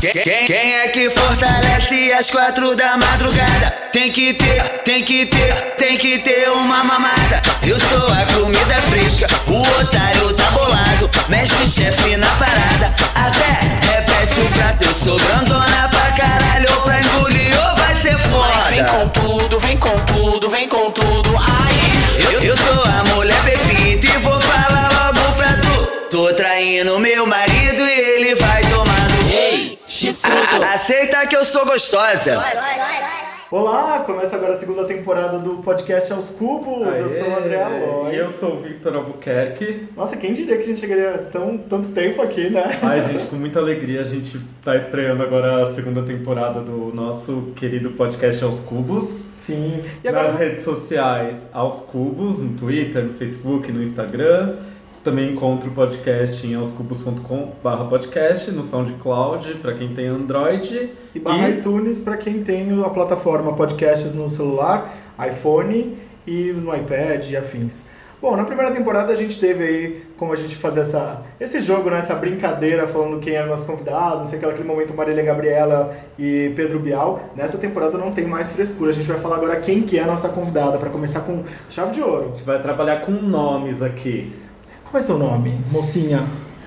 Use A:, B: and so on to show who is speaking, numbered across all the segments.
A: Quem, quem- quem é que fortalece às quatro da madrugada? Tem que ter, tem que ter, tem que ter uma mamada. Eu sou a comida fresca, o otário tá bolado. Mestre chefe na parada, até repete o prato. Eu sou grandona pra caralho, ou pra engolir ou vai ser
B: Mas vem com
A: foda.
B: tudo, vem com tudo, vem com tudo. Ai,
A: Eu, eu sou a mulher bebida e vou falar logo pra tu. Tô traindo meu marido e ele vai tomar no. Ei, Aceita que eu sou gostosa.
C: Olá, começa agora a segunda temporada do podcast Aos Cubos. eu sou o André Aloy.
D: E eu sou o Victor Albuquerque.
C: Nossa, quem diria que a gente chegaria tão, tanto tempo aqui, né?
D: Ai, gente, com muita alegria a gente tá estreando agora a segunda temporada do nosso querido podcast Aos Cubos.
C: Sim. E
D: Nas
C: agora,
D: redes sociais Aos Cubos, no Twitter, no Facebook, no Instagram. Você também encontra o podcast em aoscubos.com.br podcast, no SoundCloud, para quem tem Android.
C: e barra iTunes para quem tem a plataforma podcasts no celular, iPhone e no iPad e afins. Bom, na primeira temporada a gente teve aí como a gente fazer essa, esse jogo, né? Essa brincadeira falando quem é nosso convidado, não sei aquele momento Marília Gabriela e Pedro Bial. Nessa temporada não tem mais frescura, a gente vai falar agora quem que é a nossa convidada, para começar com chave de ouro.
D: A gente vai trabalhar com nomes aqui.
C: Como é seu nome, mocinha?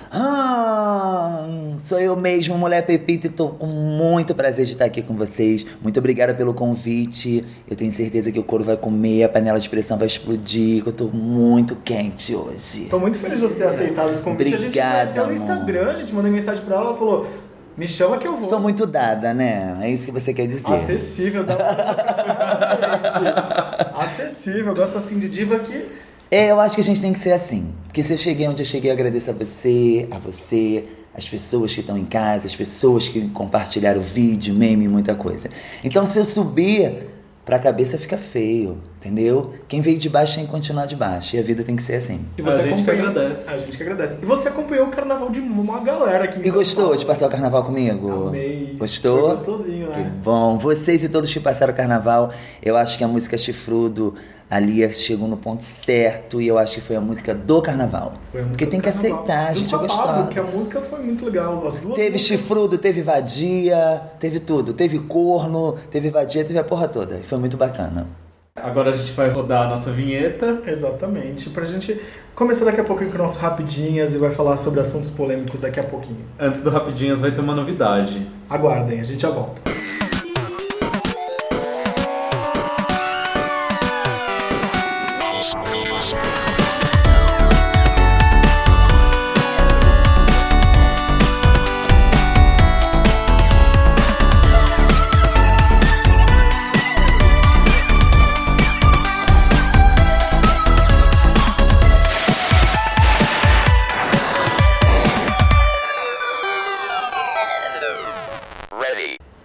E: Ah, sou eu mesmo, mulher Pepita, e tô com muito prazer de estar aqui com vocês. Muito obrigada pelo convite. Eu tenho certeza que o couro vai comer, a panela de pressão vai explodir, que eu tô muito quente hoje.
C: Tô muito feliz de você ter aceitado esse convite. a
E: Obrigada,
C: gente conheceu no
E: amor.
C: Instagram, a gente mandei mensagem pra ela, ela falou, me chama que eu vou.
E: Sou muito dada, né? É isso que você quer dizer.
C: Acessível, dá pra gente. Acessível, eu gosto assim de diva que.
E: É, eu acho que a gente tem que ser assim. Porque se eu cheguei onde eu cheguei, eu agradeço a você, a você, as pessoas que estão em casa, as pessoas que compartilharam o vídeo, meme, muita coisa. Então, se eu subir, pra cabeça fica feio, entendeu? Quem veio de baixo tem que continuar de baixo. E a vida tem que ser assim.
C: E você
D: A gente que
C: acompanhou.
D: agradece.
C: A gente que agradece. E você acompanhou o carnaval de uma galera aqui em
E: E
C: São
E: gostou
C: Paulo.
E: de passar o carnaval comigo?
C: Amei.
E: Gostou?
C: Foi gostosinho,
E: Que
C: né?
E: bom. Vocês e todos que passaram o carnaval, eu acho que a música Chifrudo ali chegou no ponto certo e eu acho que foi a música do carnaval.
C: Foi a música
E: Porque tem
C: do
E: que
C: carnaval.
E: aceitar, a
C: Do
E: gente é
C: Pablo,
E: gostosa.
C: Porque a música foi muito legal. As duas
E: Teve
C: músicas-
E: chifrudo, teve vadia, teve tudo. Teve corno, teve vadia, teve a porra toda. E foi muito bacana.
D: Agora a gente vai rodar a nossa vinheta.
C: Exatamente. Pra gente começar daqui a pouquinho com o nosso Rapidinhas e vai falar sobre assuntos polêmicos daqui a pouquinho.
D: Antes do Rapidinhas vai ter uma novidade.
C: Aguardem, a gente já volta.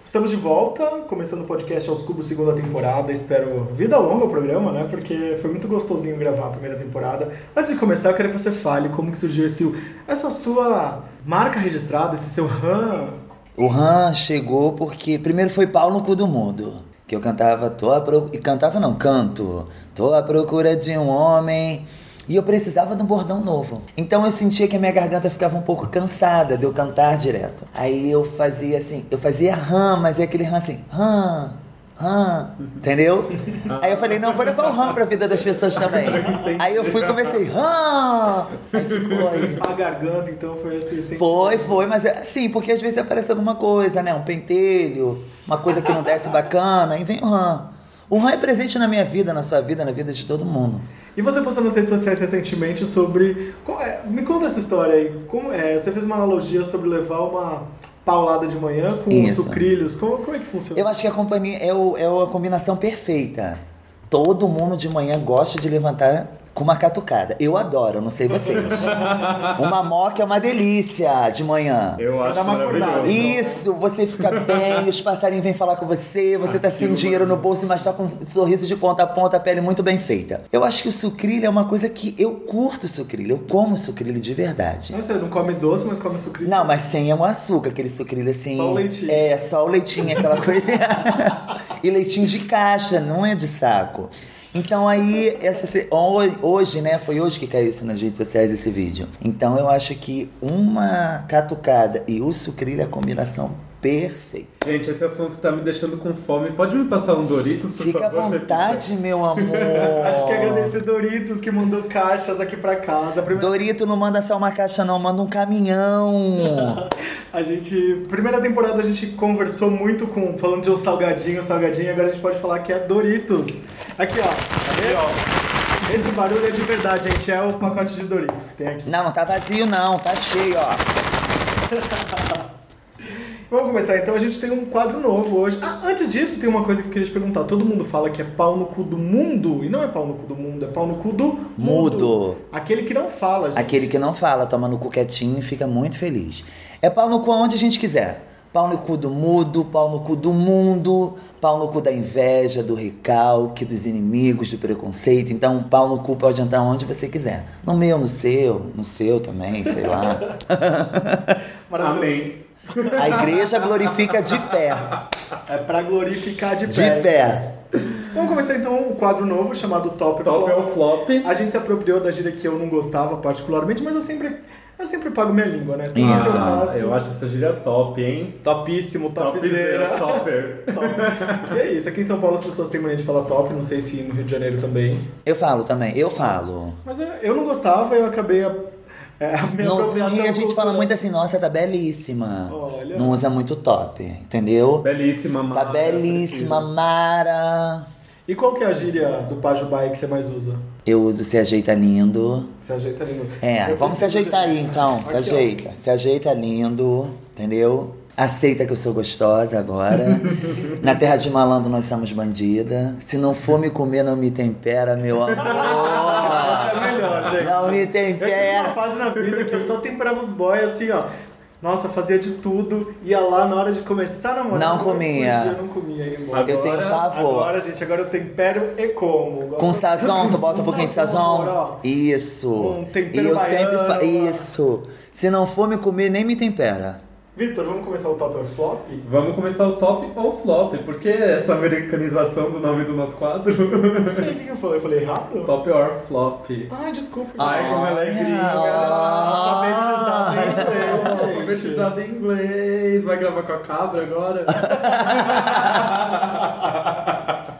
C: Estamos de volta, começando o podcast Aos Cubos, segunda temporada. Espero vida longa o programa, né? Porque foi muito gostosinho gravar a primeira temporada. Antes de começar, eu quero que você fale como que surgiu esse, essa sua marca registrada, esse seu RAM.
E: O Han chegou porque primeiro foi pau no cu do mundo. Que eu cantava, tô à procura. Cantava não, canto. Tô à procura de um homem. E eu precisava de um bordão novo. Então eu sentia que a minha garganta ficava um pouco cansada de eu cantar direto. Aí eu fazia assim, eu fazia ram, mas é aquele ram assim, ram, ram, entendeu? Aí eu falei, não, vou levar o ram pra vida das pessoas também. Aí eu fui e comecei, ram! Aí ficou aí.
C: A garganta, então, foi esse... esse-
E: Foi, foi, mas é assim, porque às vezes aparece alguma coisa, né? Um pentelho, uma coisa que não desce bacana, aí vem o RAM. O RAM é presente na minha vida, na sua vida, na vida de todo mundo.
C: E você postou nas redes sociais recentemente sobre... qual é- me conta essa história aí. Como, é, você fez uma analogia sobre levar uma paulada de manhã com
E: Isso.
C: sucrilhos. Como, como é que funciona?
E: Eu acho que a companhia é, o- é a combinação perfeita. Todo mundo de manhã gosta de levantar com uma catucada. Eu adoro, eu não sei vocês. uma moca é uma delícia de manhã.
D: Eu acho
C: dar uma acordada. então.
D: maravilhoso.
E: Isso, você fica bem, os passarinhos vêm falar com você, você tá sem dinheiro no bolso, mas tá com um sorriso de ponta a ponta, a pele muito bem feita. Eu acho que o sucrilho é uma coisa que eu curto sucrilho, eu como sucrilho de verdade.
C: Não, Você não come doce, mas come sucrilhos.
E: Não, mas sem é um açúcar, aquele sucrilho assim.
C: Só o leitinho.
E: É, só o leitinho, aquela coisa. e leitinho de caixa, não é de saco. Então aí, essa, se- ho- hoje, né? Foi hoje que caiu isso nas redes sociais esse vídeo. Então eu acho que uma catucada e o sucrilho é a combinação perfeito.
D: Gente, esse assunto tá me deixando com fome. Pode me passar um Doritos, por
E: Fica à
D: favor?
E: vontade, meu amor.
C: Acho que agradecer Doritos que mandou caixas aqui pra casa. Primeira-
E: Dorito não manda só uma caixa, não, manda um caminhão.
C: A gente. Primeira temporada a gente conversou muito com. Falando de um salgadinho, salgadinho, agora a gente pode falar que é Doritos. Aqui, ó. Tá vendo? Esse barulho é de verdade, gente. É o pacote de Doritos que tem aqui.
E: Não, não tá vazio, não, tá cheio, ó.
C: Vamos começar então, a gente tem um quadro novo hoje. Ah, antes disso, tem uma coisa que eu queria te perguntar. Todo mundo fala que é pau no cu do mundo, e não é pau no cu do mundo, é pau no cu do mundo.
E: Mudo.
C: Aquele que não fala, gente.
E: Aquele que não fala, toma no cu quietinho e fica muito feliz. É pau no cu aonde a gente quiser. Pau no cu do mudo, pau no cu do mundo, pau no cu da inveja, do recalque, dos inimigos, do preconceito. Então, pau no cu pode entrar onde você quiser. No meu, no seu, no seu também, sei lá.
C: Maravilhoso.
D: Amém.
E: A igreja glorifica de pé.
C: É pra glorificar de
E: De
C: pé.
E: pé.
C: Vamos começar então um quadro novo chamado Top,
D: Top é o flop.
C: A gente se apropriou da gíria que eu não gostava particularmente, mas eu sempre, eu sempre pago minha língua, né? Tudo que eu
D: Ah,
C: faço.
D: eu acho essa gíria top, hein?
C: Topíssimo, topzera.
D: Topzera, Topper.
C: Top. E é isso, aqui em São Paulo as pessoas têm mania de falar top, não sei se no Rio de Janeiro também.
E: Eu falo também, eu falo.
C: Mas eu, eu não gostava, eu acabei a, é, a minha
E: Não, e a
C: apropriação.
E: gente
C: cultural.
E: fala muito assim, nossa, tá belíssima.
C: Olha.
E: Não usa muito top, entendeu?
D: Belíssima,
E: Tá
D: Mara,
E: belíssima, Mara.
C: E qual que é a gíria do Pajubai que você mais usa?
E: Eu uso se ajeita lindo.
C: Você ajeita ali no...
E: É,
C: Eu
E: vamos se
C: preciso
E: ajeitar
C: de-
E: aí então.
C: Aqui,
E: Se
C: ó.
E: ajeita. Se ajeita lindo, entendeu? Aceita que eu sou gostosa agora. Na terra de malandro nós somos bandida. Se não for me comer, não me tempera, meu
C: Essa é
E: amor.
C: a melhor, gente.
E: Não me
C: Eu tive uma
E: tempera.
C: fase na vida que eu só temperava os boys assim, ó. Nossa, fazia de tudo, ia lá na hora de começar a namorar.
E: Não
C: eu
E: comia.
C: fugia, não comia, ia embora.
E: Eu tenho
D: Agora-
E: pavor.
C: Agora, gente, agora eu tempero e como.
E: Com sazon, tu bota um
C: Com
E: pouquinho de
C: sazon,
E: sazon.
C: ó.
E: Isso.
C: Com um
E: E
C: tempero
E: eu sempre fa...
C: baiano, ó.
E: Isso. Se não for me comer, nem me tempera.
C: Vitor, vamos começar o top or flop?
D: Vamos começar o top ou flop, porque essa americanização do nome do nosso quadro.
C: Não sei o que eu falei, eu falei errado?
D: top or flop.
C: Ai, Ah, desculpa.
D: Ai, como ela é gringa.
C: Alfabetizada
E: Ah.
C: em inglês, gente.
D: Alfabetizada em inglês. Vai gravar com a cabra agora?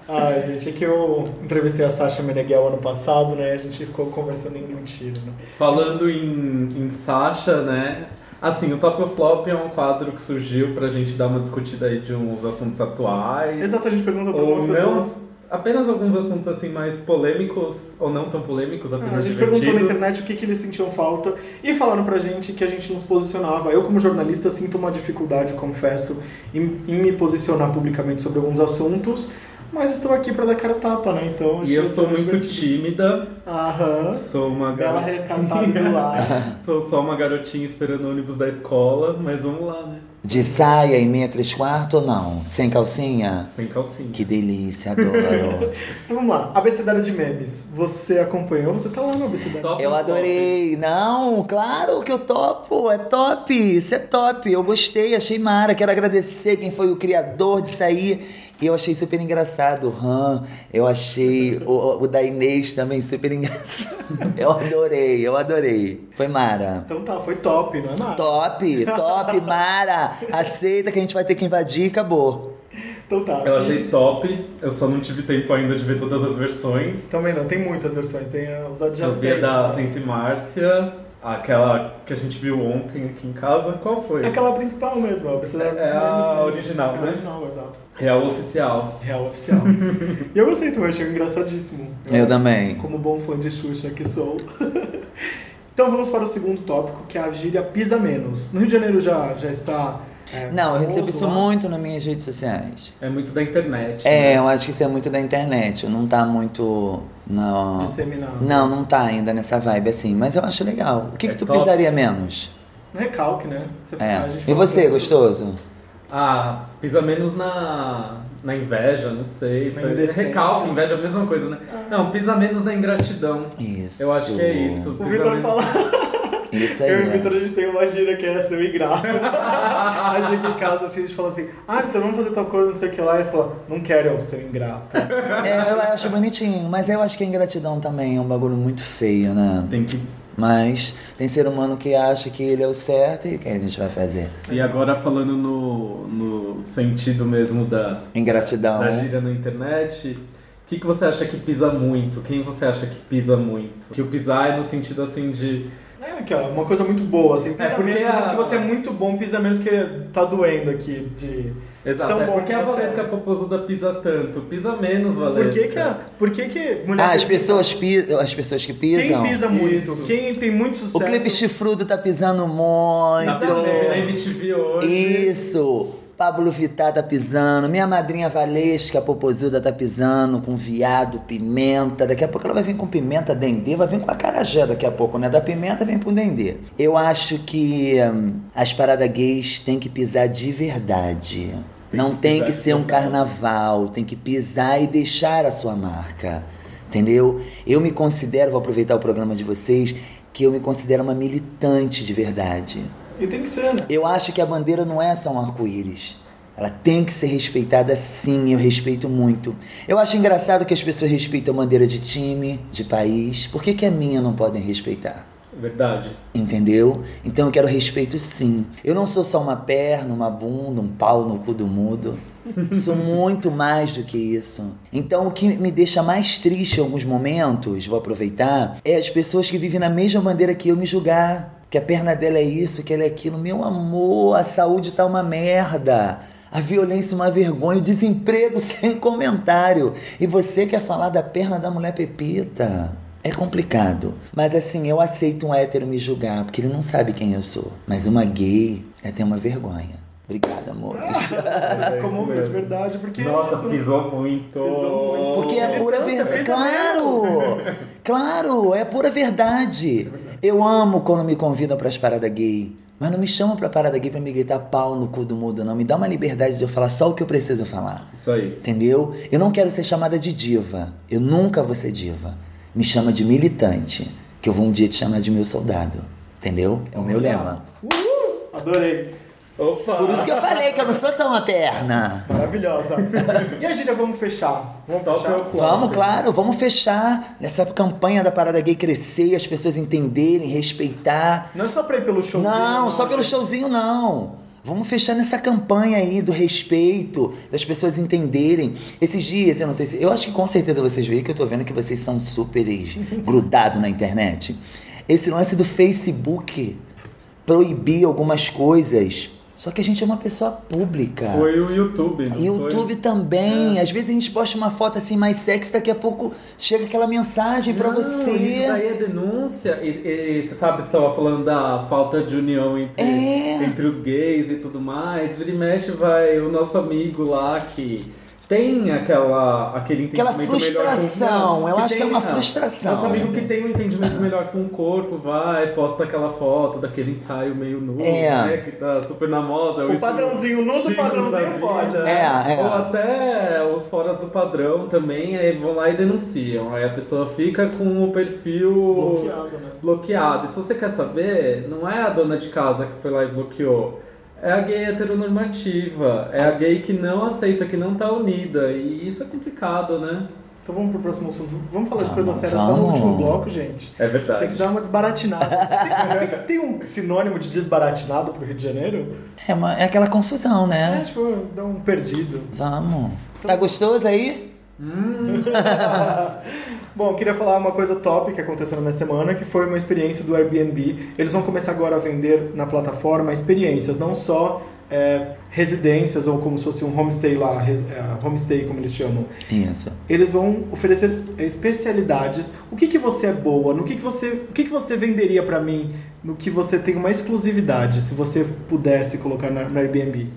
C: Ai, gente, é que eu entrevistei a Sasha Meneghel ano passado, né? A gente ficou conversando em mentira, né?
D: Falando em, em Sasha, né? Assim, o Top ou Flop é um quadro que surgiu pra gente dar uma discutida aí de uns assuntos atuais.
C: Exato, a gente perguntou pra
D: Ou
C: algumas
D: não.
C: pessoas.
D: Apenas alguns assuntos assim mais polêmicos ou não tão polêmicos,
C: Ah,
D: apenas
C: a gente
D: divertidos.
C: perguntou na internet o que, que eles sentiam falta e falaram pra gente que a gente nos posicionava. Eu, como jornalista, sinto uma dificuldade, confesso, em, em me posicionar publicamente sobre alguns assuntos, mas estou aqui pra dar cara a tapa, né? Então, acho
D: E eu
C: que
D: sou
C: vai ser
D: muito
C: divertido.
D: tímida,
C: Aham.
D: sou uma
C: Bela
D: garota.
C: recatada do lar.
D: Sou só uma garotinha esperando o ônibus da escola, mas vamos lá, né?
E: De saia e meia três quartos ou não? Sem calcinha?
D: Sem calcinha.
E: Que delícia, adoro.
C: Então vamos lá, abecedário de memes. Você acompanhou? Você tá lá no abecedário.
D: Top
E: Eu
D: ou
E: adorei. Não, claro que eu topo. É top. Isso é top. Eu gostei, achei mara. Quero agradecer quem foi o criador disso aí. E eu achei super engraçado o Han. Eu achei o, o da Inês também super engraçado. Eu adorei, eu adorei. Foi mara.
C: Então tá, foi top, não é nada?
E: Top, top, mara. Aceita que a gente vai ter que invadir e acabou.
C: Então tá.
D: Eu achei top, eu só não tive tempo ainda de ver todas as versões.
C: Também não, tem muitas versões, tem ah, os
D: Eu
C: adjacentes.
D: vi a da
C: né?
D: Sense Márcia, aquela que a gente viu ontem aqui em casa. Qual foi?
C: É aquela principal mesmo, é o abecedário
D: É
C: de
D: a
C: memes. mesmo.
D: original,
C: É a
D: né?
C: original, exato.
D: Real Oficial.
C: Real oficial. e eu gostei também, achei engraçadíssimo.
E: É, Eu também.
C: Como bom fã de Xuxa que sou. então vamos para o segundo tópico, que é a gíria pisa menos. No Rio de Janeiro já, já está. é,
E: Não, eu
C: famoso
E: recebo isso
C: lá.
E: muito nas minhas redes sociais.
D: É muito da internet.
E: É,
D: né?
E: eu acho que isso é muito da internet. Não tá muito. Não.
C: Disseminado.
E: Não, não tá ainda nessa vibe assim, mas eu acho legal. O que,
D: É
E: que tu
D: top.
E: pisaria menos?
C: No recalque, né? Você
E: É.
C: a gente
E: E
C: fala
E: você,
C: sobre-
E: gostoso?
D: Ah, pisa menos na, na inveja, não sei.
C: Na
D: Foi-
C: indecência.
D: Recalque, inveja é a mesma coisa, né? Não, pisa menos na ingratidão.
E: Isso.
D: Eu acho que é isso.
C: O
D: pisa
C: Vitor
D: menos-
C: fala.
E: Isso aí.
C: Eu e o
E: né?
C: Vitor, a gente tem uma gíria que é seu ingrato. a gente em casa, assim, a gente fala assim, ah, então vamos fazer tal coisa, não sei o que lá. E ele fala, não quero eu ser ingrato.
E: É, eu acho bonitinho, mas eu acho que a ingratidão também é um bagulho muito feio, né?
D: Tem que
E: Mas tem ser humano que acha que ele é o certo e o que a gente vai fazer?
D: E agora falando no, no sentido mesmo da,
E: Ingratidão.
D: da gíria na internet, o que, que você acha que pisa muito? Quem você acha que pisa muito? Que o pisar é no sentido assim de.
C: É aqui, ó, uma coisa muito boa, assim. Pisa
D: É, porque
C: menos
D: a-
C: que você é muito bom, pisa menos que tá doendo aqui. De...
D: Exato.
C: Tão
D: é
C: bom
D: porque
C: que
D: a
C: você
D: Valesca
C: é.
D: Popozuda pisa tanto? Pisa menos, Valesca.
C: Por que que, a- por que, que mulher.
E: Ah, as pessoas, pi- as pessoas que
C: Quem
E: pisam.
C: pisa muito,
D: Isso.
C: quem tem muito sucesso. né?
E: O clipe chifrudo tá pisando muito.
D: Tá pisando na MTV hoje.
E: Isso! Pablo Vittar tá pisando, minha madrinha Valesca Popozuda tá pisando com viado, pimenta. Daqui a pouco ela vai vir com pimenta, dendê, vai vir com a carajé daqui a pouco, né? Da pimenta vem pro dendê. Eu acho que hum, as paradas gays têm que pisar de verdade.
D: Tem
E: Não
D: que
E: tem
D: pisar
E: que
D: de
E: ser um
D: verdade.
E: carnaval, tem que pisar e deixar a sua marca. Entendeu? Eu me considero, vou aproveitar o programa de vocês, que eu me considero uma militante de verdade.
C: E tem que ser, né?
E: Eu acho que a bandeira não é só um arco-íris. Ela tem que ser respeitada sim, eu respeito muito. Eu acho engraçado que as pessoas respeitam a bandeira de time, de país. Por que, que a minha não podem respeitar?
D: Verdade.
E: Entendeu? Então eu quero respeito sim. Eu não sou só uma perna, uma bunda, um pau no cu do mudo. Sou muito mais do que isso. Então o que me deixa mais triste em alguns momentos, vou aproveitar, é as pessoas que vivem na mesma bandeira que eu me julgar. Que a perna dela é isso, que ela é aquilo. Meu amor, a saúde tá uma merda. A violência uma vergonha, o desemprego sem comentário. E você quer falar da perna da mulher Pepita? É complicado. Mas assim, eu aceito um hétero me julgar, porque ele não sabe quem eu sou. Mas uma gay é ter uma vergonha. Obrigada, amores.
D: É
C: Como
D: isso
C: de
D: mesmo.
C: verdade, porque.
D: Nossa,
C: é isso-
D: pisou muito.
C: Pisou muito.
E: Porque é pura
C: Militância,
E: verdade.
C: pensamento.
E: Claro! Claro, é pura verdade. Eu amo quando me convidam para as paradas gay. Mas não me chamam pra parada gay pra me gritar pau no cu do mundo, não. Me dá uma liberdade de eu falar só o que eu preciso falar.
D: Isso aí.
E: Entendeu? Eu não quero ser chamada de diva. Eu nunca vou ser diva. Me chama de militante, que eu vou um dia te chamar de meu soldado. Entendeu? É o meu lema.
C: Adorei.
D: Opa!
E: Por isso que eu falei que eu não sou só uma perna.
C: Maravilhosa. e a gíria, vamos fechar. Vamos
D: Top
C: fechar.
D: é o
E: Vamos, claro, vamos fechar nessa campanha da parada gay crescer, as pessoas entenderem, respeitar.
C: Não é só pra ir pelo showzinho.
E: Não, só pelo
C: gente.
E: showzinho não. Vamos fechar nessa campanha aí do respeito, das pessoas entenderem. Esses dias, eu não sei se. Eu acho que com certeza vocês veem que eu tô vendo que vocês são super grudados na internet. Esse lance do Facebook proibir algumas coisas. Só que a gente é uma pessoa pública.
D: Foi o YouTube. não
E: E o YouTube também. Às vezes a gente posta uma foto assim mais sexy, daqui a pouco chega aquela mensagem
D: foi?
E: pra
D: Não,
E: você.
D: Isso daí é denúncia. E, e, você sabe, você estava falando da falta de união entre,
E: É.
D: entre os gays e tudo mais. Vira e mexe, vai o nosso amigo lá que. Tem aquela, aquele
E: Aquela
D: entendimento melhor com-
E: frustração,
D: Não,
E: eu acho que é uma
D: não.
E: frustração.
D: ah, Nosso amigo que tem um entendimento melhor com o corpo, vai, posta aquela foto daquele ensaio meio nudo,
E: É.
D: né? Que tá super na moda.
C: O
D: estilo-
C: padrãozinho nudo,
D: Chicos da
C: padrãozinho
D: vida.
C: pode. né?
E: É, é.
D: Ou até os foras do padrão também aí vão lá e denunciam. Aí a pessoa fica com o perfil
C: Bloqueado, né?
D: bloqueado. E se você quer saber, não é a dona de casa que foi lá e bloqueou. É a gay heteronormativa. É a gay que não aceita, que não tá unida. E isso é complicado, né?
C: Então vamos pro próximo assunto. Vamos falar de
E: Vamos,
C: coisa séria só no
E: vamos.
C: último bloco, gente.
D: É
C: Tem que
D: verdade.
C: dar uma desbaratinada. tem, tem- tem um sinônimo de desbaratinado pro Rio de Janeiro?
E: É, uma- é aquela confusão,
C: É,
E: né?
C: tipo, dá um perdido.
E: Vamos. Tá gostoso aí?
C: Bom, eu queria falar uma coisa top que aconteceu na minha semana, que foi uma experiência do Airbnb. Eles vão começar agora a vender na plataforma experiências, não só é, residências ou como se fosse um homestay lá, res- é, homestay como eles chamam.
E: Isso.
C: Eles vão oferecer eh, especialidades. O que, que você é boa? No que, que você, o que, que você venderia pra mim? No que você tem uma exclusividade, se você pudesse colocar na, no Airbnb?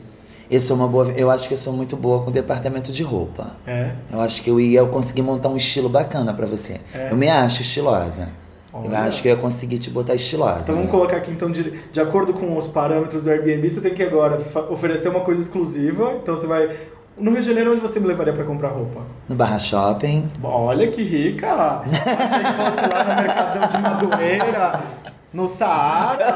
E: Eu sou uma boa. Eu acho que eu sou muito boa com o departamento de roupa.
C: É.
E: Eu acho que eu ia conseguir montar um estilo bacana pra você.
C: É.
E: Eu me acho estilosa. Eu
C: Olha.
E: acho que eu ia conseguir te botar estilosa.
C: Então vamos colocar aqui, então, de, de acordo com os parâmetros do Airbnb, você tem que agora fa- oferecer uma coisa exclusiva. Então você vai. No Rio de Janeiro, onde você me levaria pra comprar roupa?
E: No Barra Shopping.
C: Olha que rica! Achei que fosse lá no Mercadão de Madureira, no Saara.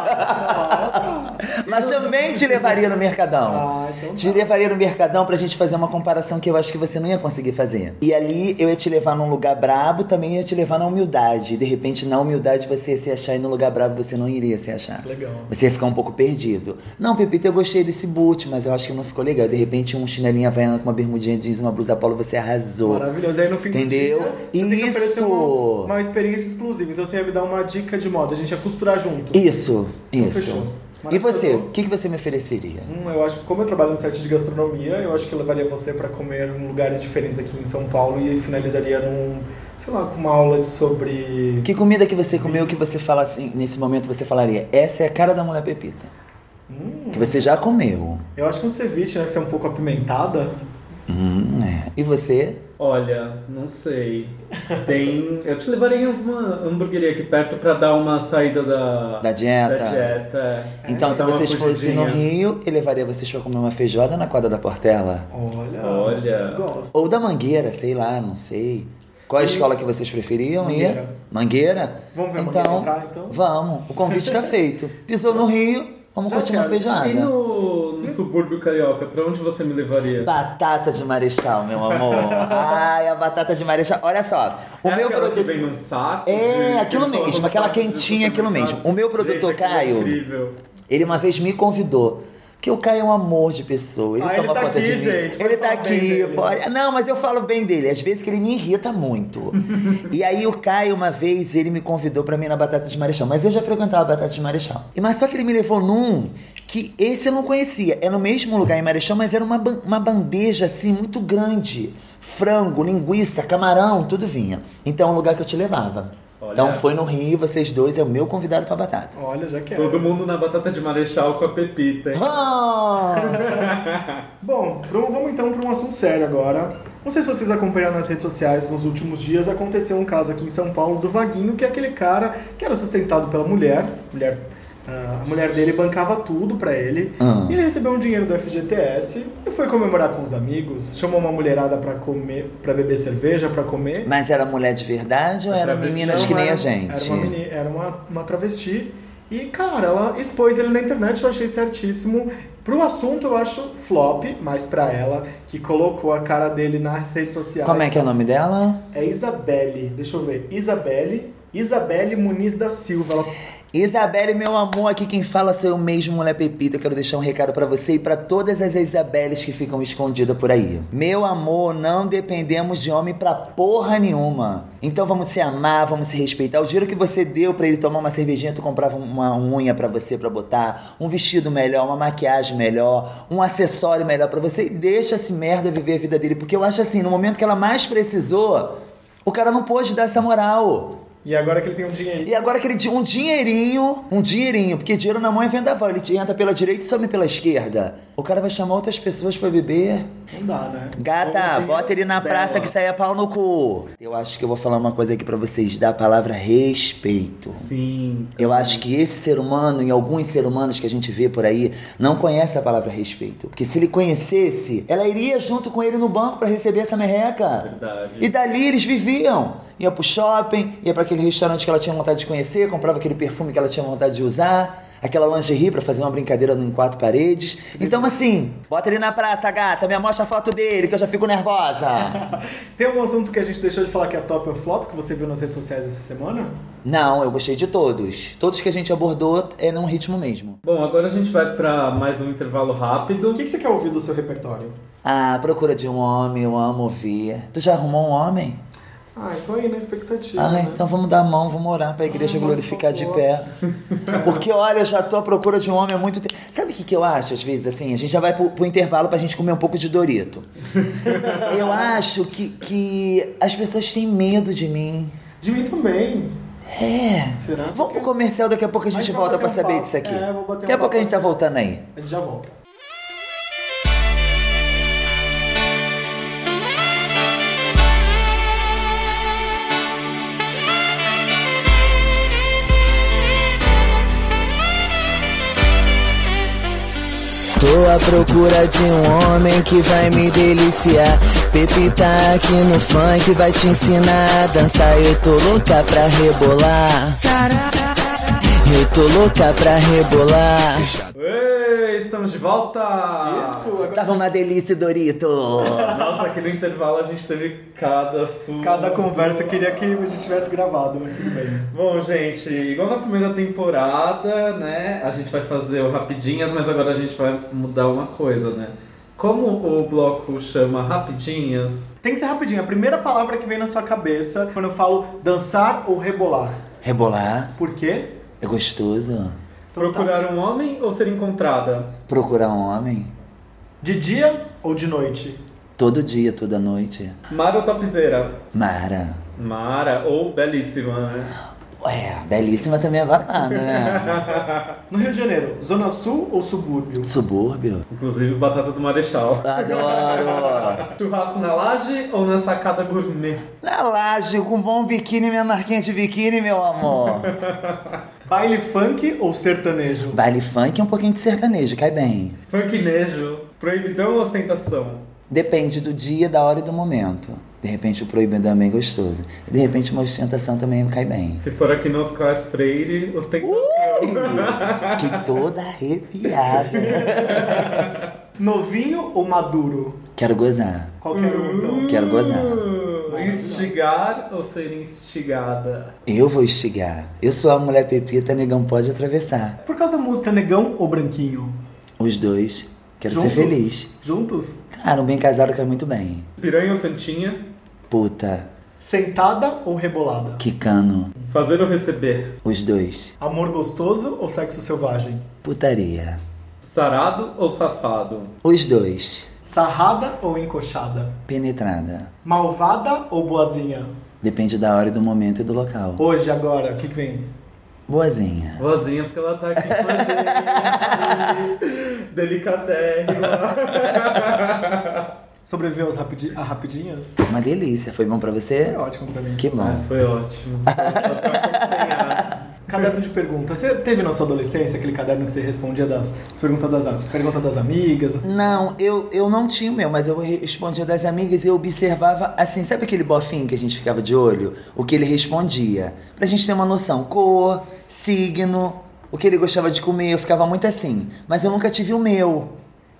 C: Nossa!
E: Mas também te levaria no Mercadão.
C: Ah, então
E: Te
C: tá.
E: levaria no Mercadão pra gente fazer uma comparação que eu acho que você não ia conseguir fazer. E ali eu ia te levar num lugar brabo, também ia te levar na humildade. De repente, na humildade você ia se achar e no lugar brabo você não iria se achar.
C: Legal.
E: Você ia ficar um pouco perdido. Não, Pepita, eu gostei desse boot, mas eu acho que não ficou legal. De repente, um chinelinho havaiana com uma bermudinha jeans, uma blusa polo, você arrasou.
C: Maravilhoso. Aí no fim
E: Entendeu?
C: do dia, você tem que oferecer
E: Isso.
C: uma, uma experiência exclusiva. Então você ia me dar uma dica de moda, a gente ia costurar junto.
E: Isso,
C: Então, fechou.
E: isso. E
C: Maravilhoso.
E: você, o que, que você me ofereceria?
C: Hum, eu acho que como eu trabalho no site de gastronomia, eu acho que eu levaria você para comer em lugares diferentes aqui em São Paulo e finalizaria num, sei lá, com uma aula de sobre
E: Que comida que você comeu que você fala assim, nesse momento você falaria, essa é a cara da mulher Pepita. Que você já comeu.
C: Eu acho que um ceviche, né, que você é um pouco apimentada.
E: Hum, é. E você?
D: Olha, não sei. Tem. Eu te levaria em alguma hamburgueria aqui perto pra dar uma saída da,
E: Da dieta.
D: da dieta, é.
E: Então, se
D: Dar uma
E: vocês fossem no
D: fugidinha.
E: Rio, eu levaria vocês pra comer uma feijoada na quadra da Portela.
C: Olha.
D: Olha.
C: Gosto.
E: Ou da Mangueira, sei lá, não sei. Qual a escola que vocês preferiam ir?
C: Mangueira.
E: Mangueira?
C: Vamos ver a
E: então,
C: Mangueira entrar, então?
E: Vamos, o convite tá feito. Pisou no Rio, vamos
D: Já
E: curtir uma
D: quero.
E: feijoada.
D: E no, no subúrbio carioca, pra onde você me levaria?
E: Batata de Marechal, meu amor. Ai, a batata de Marechal. Olha só, o
D: É
E: meu
D: aquela que
E: produto.
D: vem num saco?
E: É,
D: de-
E: aquilo
D: eles colocam
E: mesmo,
D: no
E: aquela
D: saco de
E: quentinha, aquilo mesmo.
D: supermercado.
E: O meu produtor,
D: Gente, aquilo é
E: Caio,
D: incrível.
E: Ele uma vez me convidou. Porque o Caio é um amor de pessoa. Ele
C: Ah, ele
E: toma
C: tá
E: conta
C: aqui,
E: de mim.
C: gente, pode
E: ele tá
C: falar bem
E: aqui.
C: dele.
E: pode- Não, mas eu falo bem dele. Às vezes que ele me irrita muito. e aí o Caio, uma vez, ele me convidou pra mim na Batata de Marechal. Mas eu já frequentava a Batata de Marechal. E- Mas só que ele me levou num que esse eu não conhecia. É no mesmo lugar em Marechal, mas era uma, ban- uma bandeja assim muito grande. Frango, linguiça, camarão, tudo vinha. Então é um lugar que eu te levava.
D: Olha.
E: Então foi no Rio, vocês dois, é o meu convidado pra batata.
C: Olha, já é. quero.
D: Todo mundo na batata de marechal com a pepita, hein?
E: Ah!
C: Bom, Bruno, vamos então para um assunto sério agora. Não sei se vocês acompanharam nas redes sociais nos últimos dias, aconteceu um caso aqui em São Paulo do Vaguinho, que é aquele cara que era sustentado pela mulher, mulher ah, a mulher dele bancava tudo pra ele,
E: Ah.
C: e ele recebeu um dinheiro do FGTS e foi comemorar com os amigos, chamou uma mulherada pra comer, para beber cerveja, pra comer.
E: Mas era mulher de verdade ou
D: É
E: era
D: travesti,
E: meninas
D: não,
E: que nem
C: Então, era- um-
E: a gente?
C: Era uma, meni- era uma- uma travesti. E, cara, ela expôs ele na internet, eu achei certíssimo. Pro assunto, eu acho flop, mas pra ela, que colocou a cara dele nas redes sociais.
E: Como é que é o nome dela?
C: É Isabelle, deixa eu ver. Isabelle, Isabelle Muniz da Silva. Ela
E: Isabelle, meu amor, aqui quem fala sou eu mesmo, Mulher Pepita. Eu Quero deixar um recado pra você e pra todas as Isabeles que ficam escondidas por aí. Meu amor, não dependemos de homem pra porra nenhuma. Então vamos se amar, vamos se respeitar. O dinheiro que você deu pra ele tomar uma cervejinha, tu comprava uma unha pra você pra botar, um vestido melhor, uma maquiagem melhor, um acessório melhor pra você. E deixa esse merda viver a vida dele, porque eu acho assim, no momento que ela mais precisou, o cara não pôde dar essa moral.
C: E agora que ele tem um dinheirinho.
E: E agora aquele di- um dinheirinho, um dinheirinho, porque dinheiro na mão é vendaval, ele te entra pela direita e some pela esquerda. O cara vai chamar outras pessoas pra beber.
C: Não dá, né?
E: Gata,
D: Como
E: bota
D: diz
E: ele na
D: Bela.
E: praça que sai a pau no cu. Eu acho que eu vou falar uma coisa aqui pra vocês, da palavra respeito.
D: Sim.
E: Eu acho que esse ser humano e alguns seres humanos que a gente vê por aí não conhece a palavra respeito. Porque se ele conhecesse, ela iria junto com ele no banco pra receber essa merreca.
D: Verdade.
E: E dali eles viviam. Ia pro shopping, ia pra aquele restaurante que ela tinha vontade de conhecer, comprava aquele perfume que ela tinha vontade de usar, aquela lingerie pra fazer uma brincadeira em quatro paredes. Então, assim, bota ele na praça, gata, me mostra a foto dele que eu já fico nervosa.
C: Tem algum assunto que a gente deixou de falar que é top ou flop, que você viu nas redes sociais essa semana?
E: Não, eu gostei de todos. Todos que a gente abordou é num ritmo mesmo.
D: Bom, agora a gente vai pra mais um intervalo rápido.
C: O que, que você quer ouvir do seu repertório?
E: Ah, à procura de um homem, eu amo ouvir. Tu já arrumou um homem?
C: Ah, eu tô aí na expectativa.
E: Ah,
C: né?
E: então vamos dar a mão, vamos orar pra igreja
C: Ah, mãe,
E: glorificar
C: por
E: de
C: favor.
E: pé. Porque olha, eu já tô à procura de um homem há muito tempo. Sabe o que, que eu acho, às vezes, assim? A gente já vai pro, pro intervalo pra gente comer um pouco de Dorito. Eu acho que, que as pessoas têm medo de mim.
C: De mim também.
E: É.
C: Será?
E: Vamos pro comercial, daqui a pouco a gente
C: Mas vamos
E: volta pra
C: bater um
E: saber
C: papo.
E: disso aqui.
C: É, vou bater
E: daqui a
C: um
E: pouco a gente tá
C: papo.
E: voltando aí.
C: A gente já volta.
E: Tô à procura de um homem que vai me deliciar. Pepita aqui no funk vai te ensinar a dançar. Eu tô louca pra rebolar. Eu tô louca pra rebolar.
D: Ê! estamos de volta!
C: Isso, agora
E: Tava uma delícia, Dorito!
D: Nossa, aqui no intervalo a gente teve cada assunto.
C: cada conversa queria que a gente tivesse gravado, mas tudo bem.
D: Bom, gente, igual na primeira temporada, né? A gente vai fazer o Rapidinhas, mas agora a gente vai mudar uma coisa, né? Como o bloco chama Rapidinhas,
C: Tem que ser rapidinho. A primeira palavra que vem na sua cabeça quando eu falo dançar ou rebolar.
E: Rebolar
C: Por quê?
E: é gostoso.
C: Então tá.
D: procurar um homem ou ser encontrada?
E: Procurar um homem
C: De dia ou de noite?
E: todo dia, toda noite.
D: Mara ou topzeira?
E: Mara.
D: Mara ou belíssima, né?
E: Ué, belíssima também é balada, né?
C: No Rio de Janeiro, zona sul ou subúrbio?
E: Subúrbio.
D: Inclusive batata do Marechal.
E: Adoro!
D: Churrasco na laje ou na sacada gourmet?
E: Na laje, com um bom biquíni, minha marquinha de biquíni, meu amor.
C: Baile funk ou sertanejo?
E: Baile funk e um pouquinho de sertanejo, cai bem.
D: Funknejo, proibidão ou ostentação?
E: Depende do dia, da hora e do momento. De repente o proibidão é bem gostoso. De repente uma ostentação também cai bem.
D: Se for aqui no Oscar Freire, ostentação.
E: Uh! Fiquei toda arrepiada.
C: Novinho ou maduro?
E: Quero gozar.
C: Qualquer um, então.
E: Quero gozar.
D: Uh! Instigar ou ser instigada?
E: Eu vou estigar. Eu sou a mulher pepita, negão pode atravessar.
C: Por causa da música negão ou branquinho?
E: Os dois, quero
C: Juntos?
E: ser feliz.
C: Juntos?
E: Cara, um bem casado cai muito bem.
D: Piranha ou santinha?
E: Puta,
C: Sentada ou rebolada?
E: que cano.
D: Fazer ou receber?
E: Os dois,
C: Amor gostoso ou sexo selvagem?
E: putaria.
D: Sarado ou safado?
E: Os dois,
C: Sarrada ou encoxada?
E: penetrada.
C: Malvada ou boazinha?
E: Depende da hora, do momento e do local.
C: Hoje, agora, o que, que vem?
E: Boazinha.
D: Vozinha, porque ela tá aqui com a gente. Delicadérrima.
C: Sobreviveu aos rapidi a rapidinhas?
E: Uma delícia. Foi bom pra
C: É
E: você?
C: ótimo pra mim.
E: Que
D: Ah,
E: bom.
D: foi ótimo. Foi ótimo.
C: Caderno de perguntas. Você teve na sua adolescência aquele caderno que você respondia das as perguntas das, am- pergunta das amigas? assim?
E: Não, eu, eu não tinha o meu, mas eu respondia das amigas e eu observava, assim, sabe aquele bofinho que a gente ficava de olho? O que ele respondia. Pra gente ter uma noção, cor, signo, o que ele gostava de comer, eu ficava muito assim. Mas eu nunca tive o meu.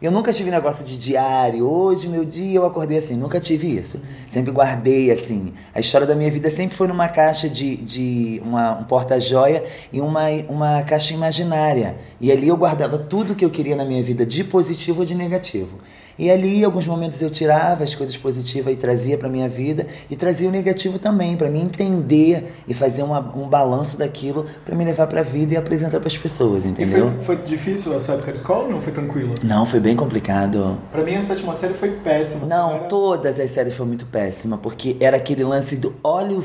E: Eu nunca tive negócio de diário. Hoje, meu dia, eu acordei assim. Nunca tive isso. Sempre guardei, assim. A história da minha vida sempre foi numa caixa de, de uma, um porta-joia e uma, uma caixa imaginária. E ali eu guardava tudo que eu queria na minha vida, de positivo ou de negativo. E ali, em alguns momentos, eu tirava as coisas positivas e trazia pra minha vida. E trazia o negativo também, pra mim entender e fazer uma- um balanço daquilo pra me levar pra vida e apresentar pras pessoas,
C: E foi,
E: entendeu?
C: foi difícil a sua época de escola ou não foi tranquila?
E: Não, foi bem complicado.
C: Pra mim, a sétima série foi péssima.
E: Não,
C: Era-
E: todas as séries foram muito péssimas, porque era aquele lance do olha o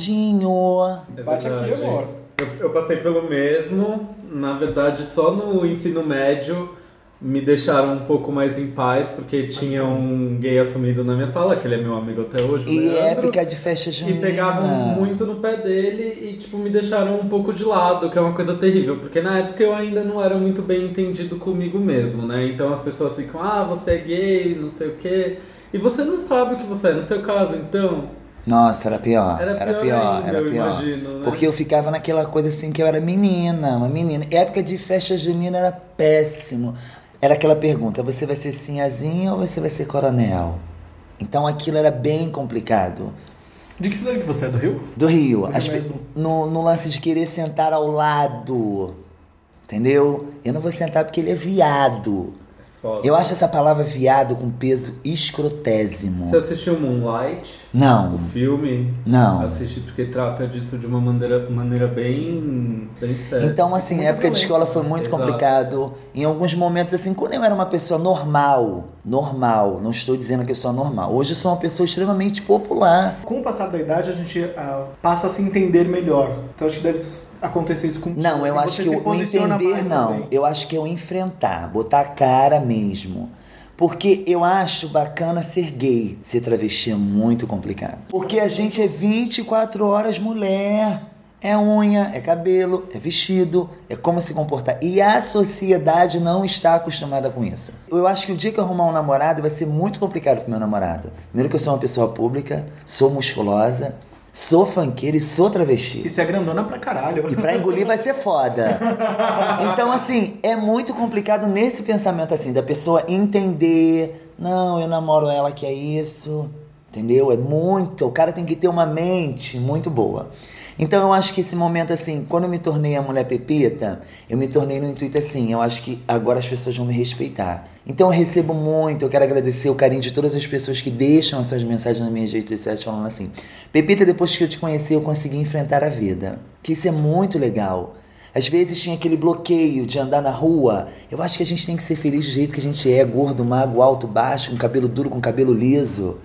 E: viadinho.
D: É
C: Bate aqui,
D: verdade.
C: amor.
D: Eu, eu passei pelo mesmo, na verdade só no ensino médio me deixaram um pouco mais em paz, porque tinha um gay assumido na minha sala, que ele é meu amigo até hoje, o
E: E é
D: Leandro,
E: épica de festa
D: e
E: junina.
D: pegavam muito no pé dele e tipo me deixaram um pouco de lado, que é uma coisa terrível, porque na época eu ainda não era muito bem entendido comigo mesmo, né? Então as pessoas ficam, ah, você é gay, não sei o quê. E você não sabe o que você é, no seu caso, então.
E: Nossa, era pior.
D: Era
E: Era,
D: pior
E: pior,
D: ainda,
E: era
D: eu
E: pior.
D: imagino, né?
E: Porque eu ficava naquela coisa assim que eu era menina, uma menina. E época de festa junina era péssimo. Era aquela pergunta: você vai ser sinhazinha ou você vai ser coronel? Então aquilo era bem complicado.
C: De que cidade que você é? Do Rio?
E: Do Rio.
C: Rio
E: As pe-
C: mesmo.
E: no, no lance de querer sentar ao lado. Entendeu? Eu não vou sentar porque ele é viado.
D: Foda.
E: Eu acho essa palavra viado com peso escrotésimo.
D: Você assistiu Moonlight? O
E: Não,
D: filme?
E: não.
D: Assiste porque trata disso de uma maneira, maneira bem, bem séria.
E: Então, assim, a
C: Muita
E: época de
C: violência.
E: escola foi muito
D: é. Exato.
E: complicado. Em alguns momentos, assim, quando eu era uma pessoa normal, normal, não estou dizendo que eu sou normal. Hoje eu sou uma pessoa extremamente popular.
C: Com o passar da idade, a gente ah, passa a se entender melhor. Então acho que deve acontecer isso com
E: Não, eu acho que o entender não. Eu acho que eu enfrentar, botar a cara mesmo. Porque eu acho bacana ser gay. Ser travesti é muito complicado. Porque a gente é 24 horas mulher. É unha, é cabelo, é vestido, é como se comportar. E a sociedade não está acostumada com isso. Eu acho que o dia que eu arrumar um namorado vai ser muito complicado pro meu namorado. Primeiro que eu sou uma pessoa pública, sou musculosa, sou funkeira e sou travesti.
C: Isso é grandona pra caralho.
E: E pra engolir vai ser foda. Então, assim, é muito complicado nesse pensamento, assim, da pessoa entender. Não, eu namoro ela que é isso. Entendeu? É muito. O cara tem que ter uma mente muito boa. Então, eu acho que esse momento, assim, quando eu me tornei a mulher pepita, eu me tornei no intuito assim. Eu acho que agora as pessoas vão me respeitar. Então, eu recebo muito. Eu quero agradecer o carinho de todas as pessoas que deixam as suas mensagens nas minhas redes sociais falando assim: Pepita, depois que eu te conheci, eu consegui enfrentar a vida. Que isso é muito legal. Às vezes tinha aquele bloqueio de andar na rua. Eu acho que a gente tem que ser feliz do jeito que a gente é, gordo, magro, alto, baixo, com cabelo duro, com cabelo liso,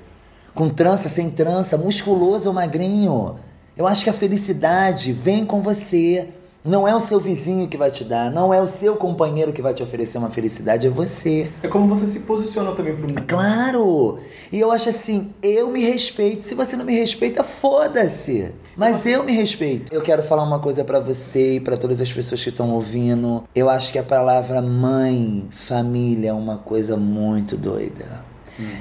E: com trança, sem trança, musculoso ou magrinho. Eu acho que a felicidade vem com você. Não é o seu vizinho que vai te dar, não é o seu companheiro que vai te oferecer uma felicidade, é você.
C: É como você se posiciona também pro mundo.
E: Claro! E eu acho assim, eu me respeito. Se você não me respeita, foda-se. Mas eu me respeito. Eu quero falar uma coisa pra você e pra todas as pessoas que estão ouvindo. Eu acho que a palavra mãe, família é uma coisa muito doida.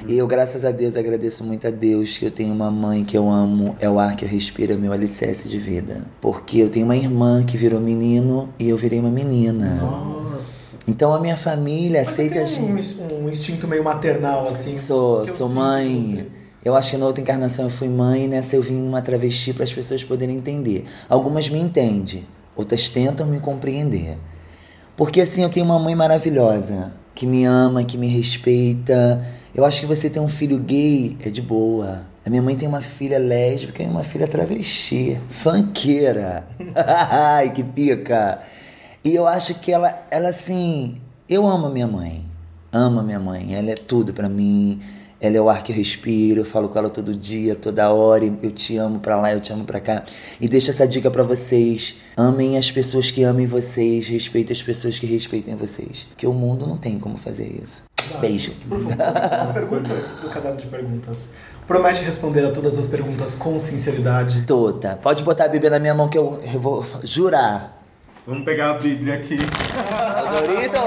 E: E eu, graças a Deus, agradeço muito a Deus que eu tenho uma mãe que eu amo, é o ar que eu respiro, é meu alicerce de vida. Porque eu tenho uma irmã que virou menino e eu virei uma menina.
D: Nossa.
E: Então a minha família
C: Uhum. Mas
E: aceita
C: tem
E: a
C: um,
E: gente.
C: ins- um instinto meio maternal, assim.
E: assim. Sou,
C: que eu
E: sou
C: sinto de
E: mãe.
C: você.
E: Eu acho que na outra encarnação eu fui mãe, e nessa eu vim uma travesti para as pessoas poderem entender. Algumas me entendem, outras tentam me compreender. Porque assim, eu tenho uma mãe maravilhosa, que me ama, que me respeita. Eu acho que você ter um filho gay é de boa. A minha mãe tem uma filha lésbica e uma filha travesti, funkeira. Ai, que pica. E eu acho que ela, ela assim, eu amo a minha mãe. Amo a minha mãe, ela é tudo pra mim. Ela é o ar que eu respiro, eu falo com ela todo dia, toda hora, e eu te amo pra lá, eu te amo pra cá. E deixo essa dica pra vocês. Amem as pessoas que amem vocês, respeitem as pessoas que respeitem vocês. Porque o mundo não tem como fazer isso. Beijo.
C: Profundo. As perguntas do caderno de perguntas. Promete responder a todas as perguntas com sinceridade.
E: Toda. Tota. Pode botar a Bíblia na minha mão que eu eu vou jurar.
F: Vamos pegar a Bíblia aqui.
E: Dorito!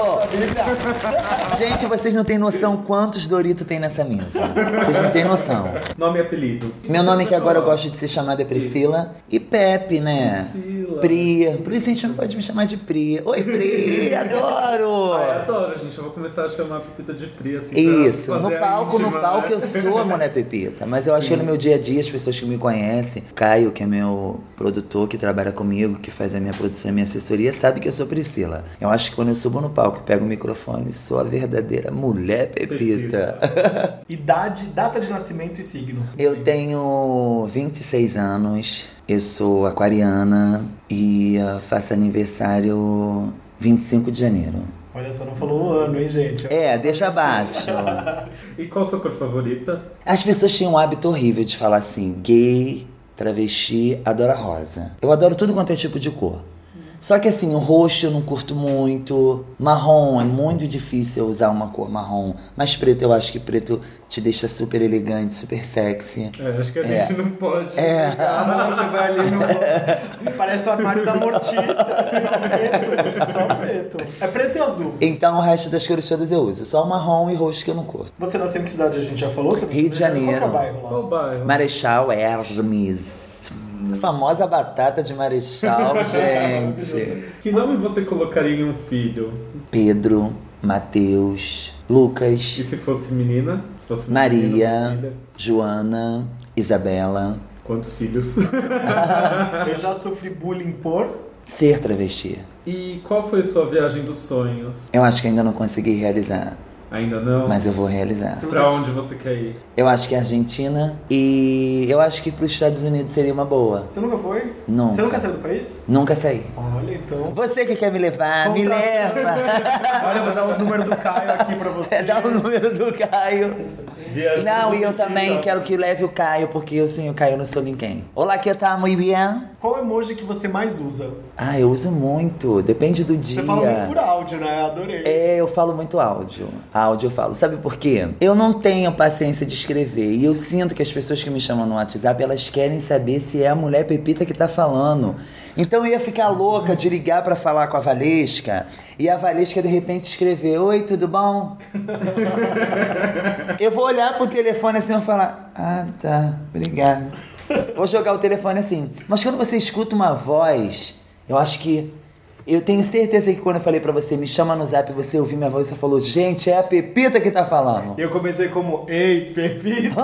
E: Gente, vocês não têm noção quantos Dorito tem nessa mesa. Vocês não têm noção.
F: Nome e apelido.
E: Meu
D: é
E: nome que agora eu gosto de ser chamada é Priscila. E Pepe, né?
D: Priscila.
E: Pri. Por isso a gente não pode me chamar de Pri. Oi,
D: Ai,
E: Pri! Adoro!
D: adoro, gente. Eu vou começar a chamar a Pepita de Pri, assim. pra
E: Isso, no
D: Ah, fazer a
E: palco, no
D: íntima,
E: palco
D: né?
E: eu sou a mulher pepita, mas eu acho que é no meu dia a dia as pessoas que me conhecem, Caio, que é meu produtor, que trabalha comigo, que faz a minha produção, a minha assessoria, sabe que eu sou Priscila. Eu acho que quando eu subo no palco, pego o microfone, sou a verdadeira mulher pepita.
C: Idade, data de nascimento e signo.
E: Eu tenho 26 anos, eu sou aquariana e ah, faço aniversário 25 de janeiro.
C: Olha só, não falou o ano, hein, gente?
E: É, deixa abaixo.
D: E qual a sua cor favorita?
E: As pessoas tinham um hábito horrível de falar assim: gay, travesti, adora rosa. Eu adoro tudo quanto é tipo de cor. Só que assim, o roxo eu não curto muito, marrom é muito difícil eu usar uma cor marrom, mas preto eu acho que preto te deixa super elegante, super sexy.
D: É, acho que a
E: É.
D: gente não pode.
E: É.
D: brigar.
C: Ah, você vai ali no. Parece o armário da Mortícia. Só preto. Só preto. É preto e azul.
E: Então o resto das cores todas eu uso, só o marrom e roxo que eu não curto.
C: Você nasceu em que cidade a gente já falou? Você
E: Rio de
C: Qual
E: Janeiro.
C: que é o bairro lá?
D: Qual bairro?
E: Marechal Hermes. A famosa batata de Marechal, gente.
D: Que nome você colocaria em um filho?
E: Pedro, Mateus,
D: E
E: Lucas,
D: se fosse menina? Se fosse menino,
E: Maria,
D: filha?
E: Joana, Isabela.
D: Quantos filhos?
C: Eu já sofri bullying por.
E: Ser travesti.
D: e qual foi sua viagem dos sonhos?
E: Eu acho que ainda não consegui realizar,
D: Ainda não?
E: mas eu vou realizar.
C: Se você
D: Pra onde você quer ir?
E: Eu acho que é Argentina e eu acho que para os Estados Unidos seria uma boa.
C: Você nunca foi?
E: Nunca.
C: Você nunca saiu do país?
E: Nunca saí.
C: Olha, então.
E: Você que quer me levar, me
C: Contrata.
E: leva.
C: Olha, eu vou dar o número do Caio aqui pra você.
E: É, dá o número do Caio.
D: Viagem
E: Não, e eu
D: dos
E: também
D: sonhos.
E: quero que leve o Caio, porque eu sem o Caio não sou ninguém. Olá, que tá muito bem?
C: Qual emoji que você mais usa?
E: Ah, eu uso muito, depende do dia.
C: Você fala muito por áudio, né? Adorei.
E: É, eu falo muito áudio. Áudio eu falo. Sabe por quê? Eu não tenho paciência de escrever. E eu sinto que as pessoas que me chamam no WhatsApp, elas querem saber se é a mulher Pepita que tá falando. Então eu ia ficar louca de ligar pra falar com a Valesca e a Valesca de repente escrever: Oi, tudo bom? eu vou olhar pro telefone assim e vou falar: Ah, tá, obrigada. Vou jogar o telefone assim. Mas quando você escuta uma voz, eu acho que. Eu tenho certeza que quando eu falei pra você, me chama no zap, você ouviu minha voz e você falou, gente, é a Pepita que tá falando.
C: Eu comecei como, ei, Pepita.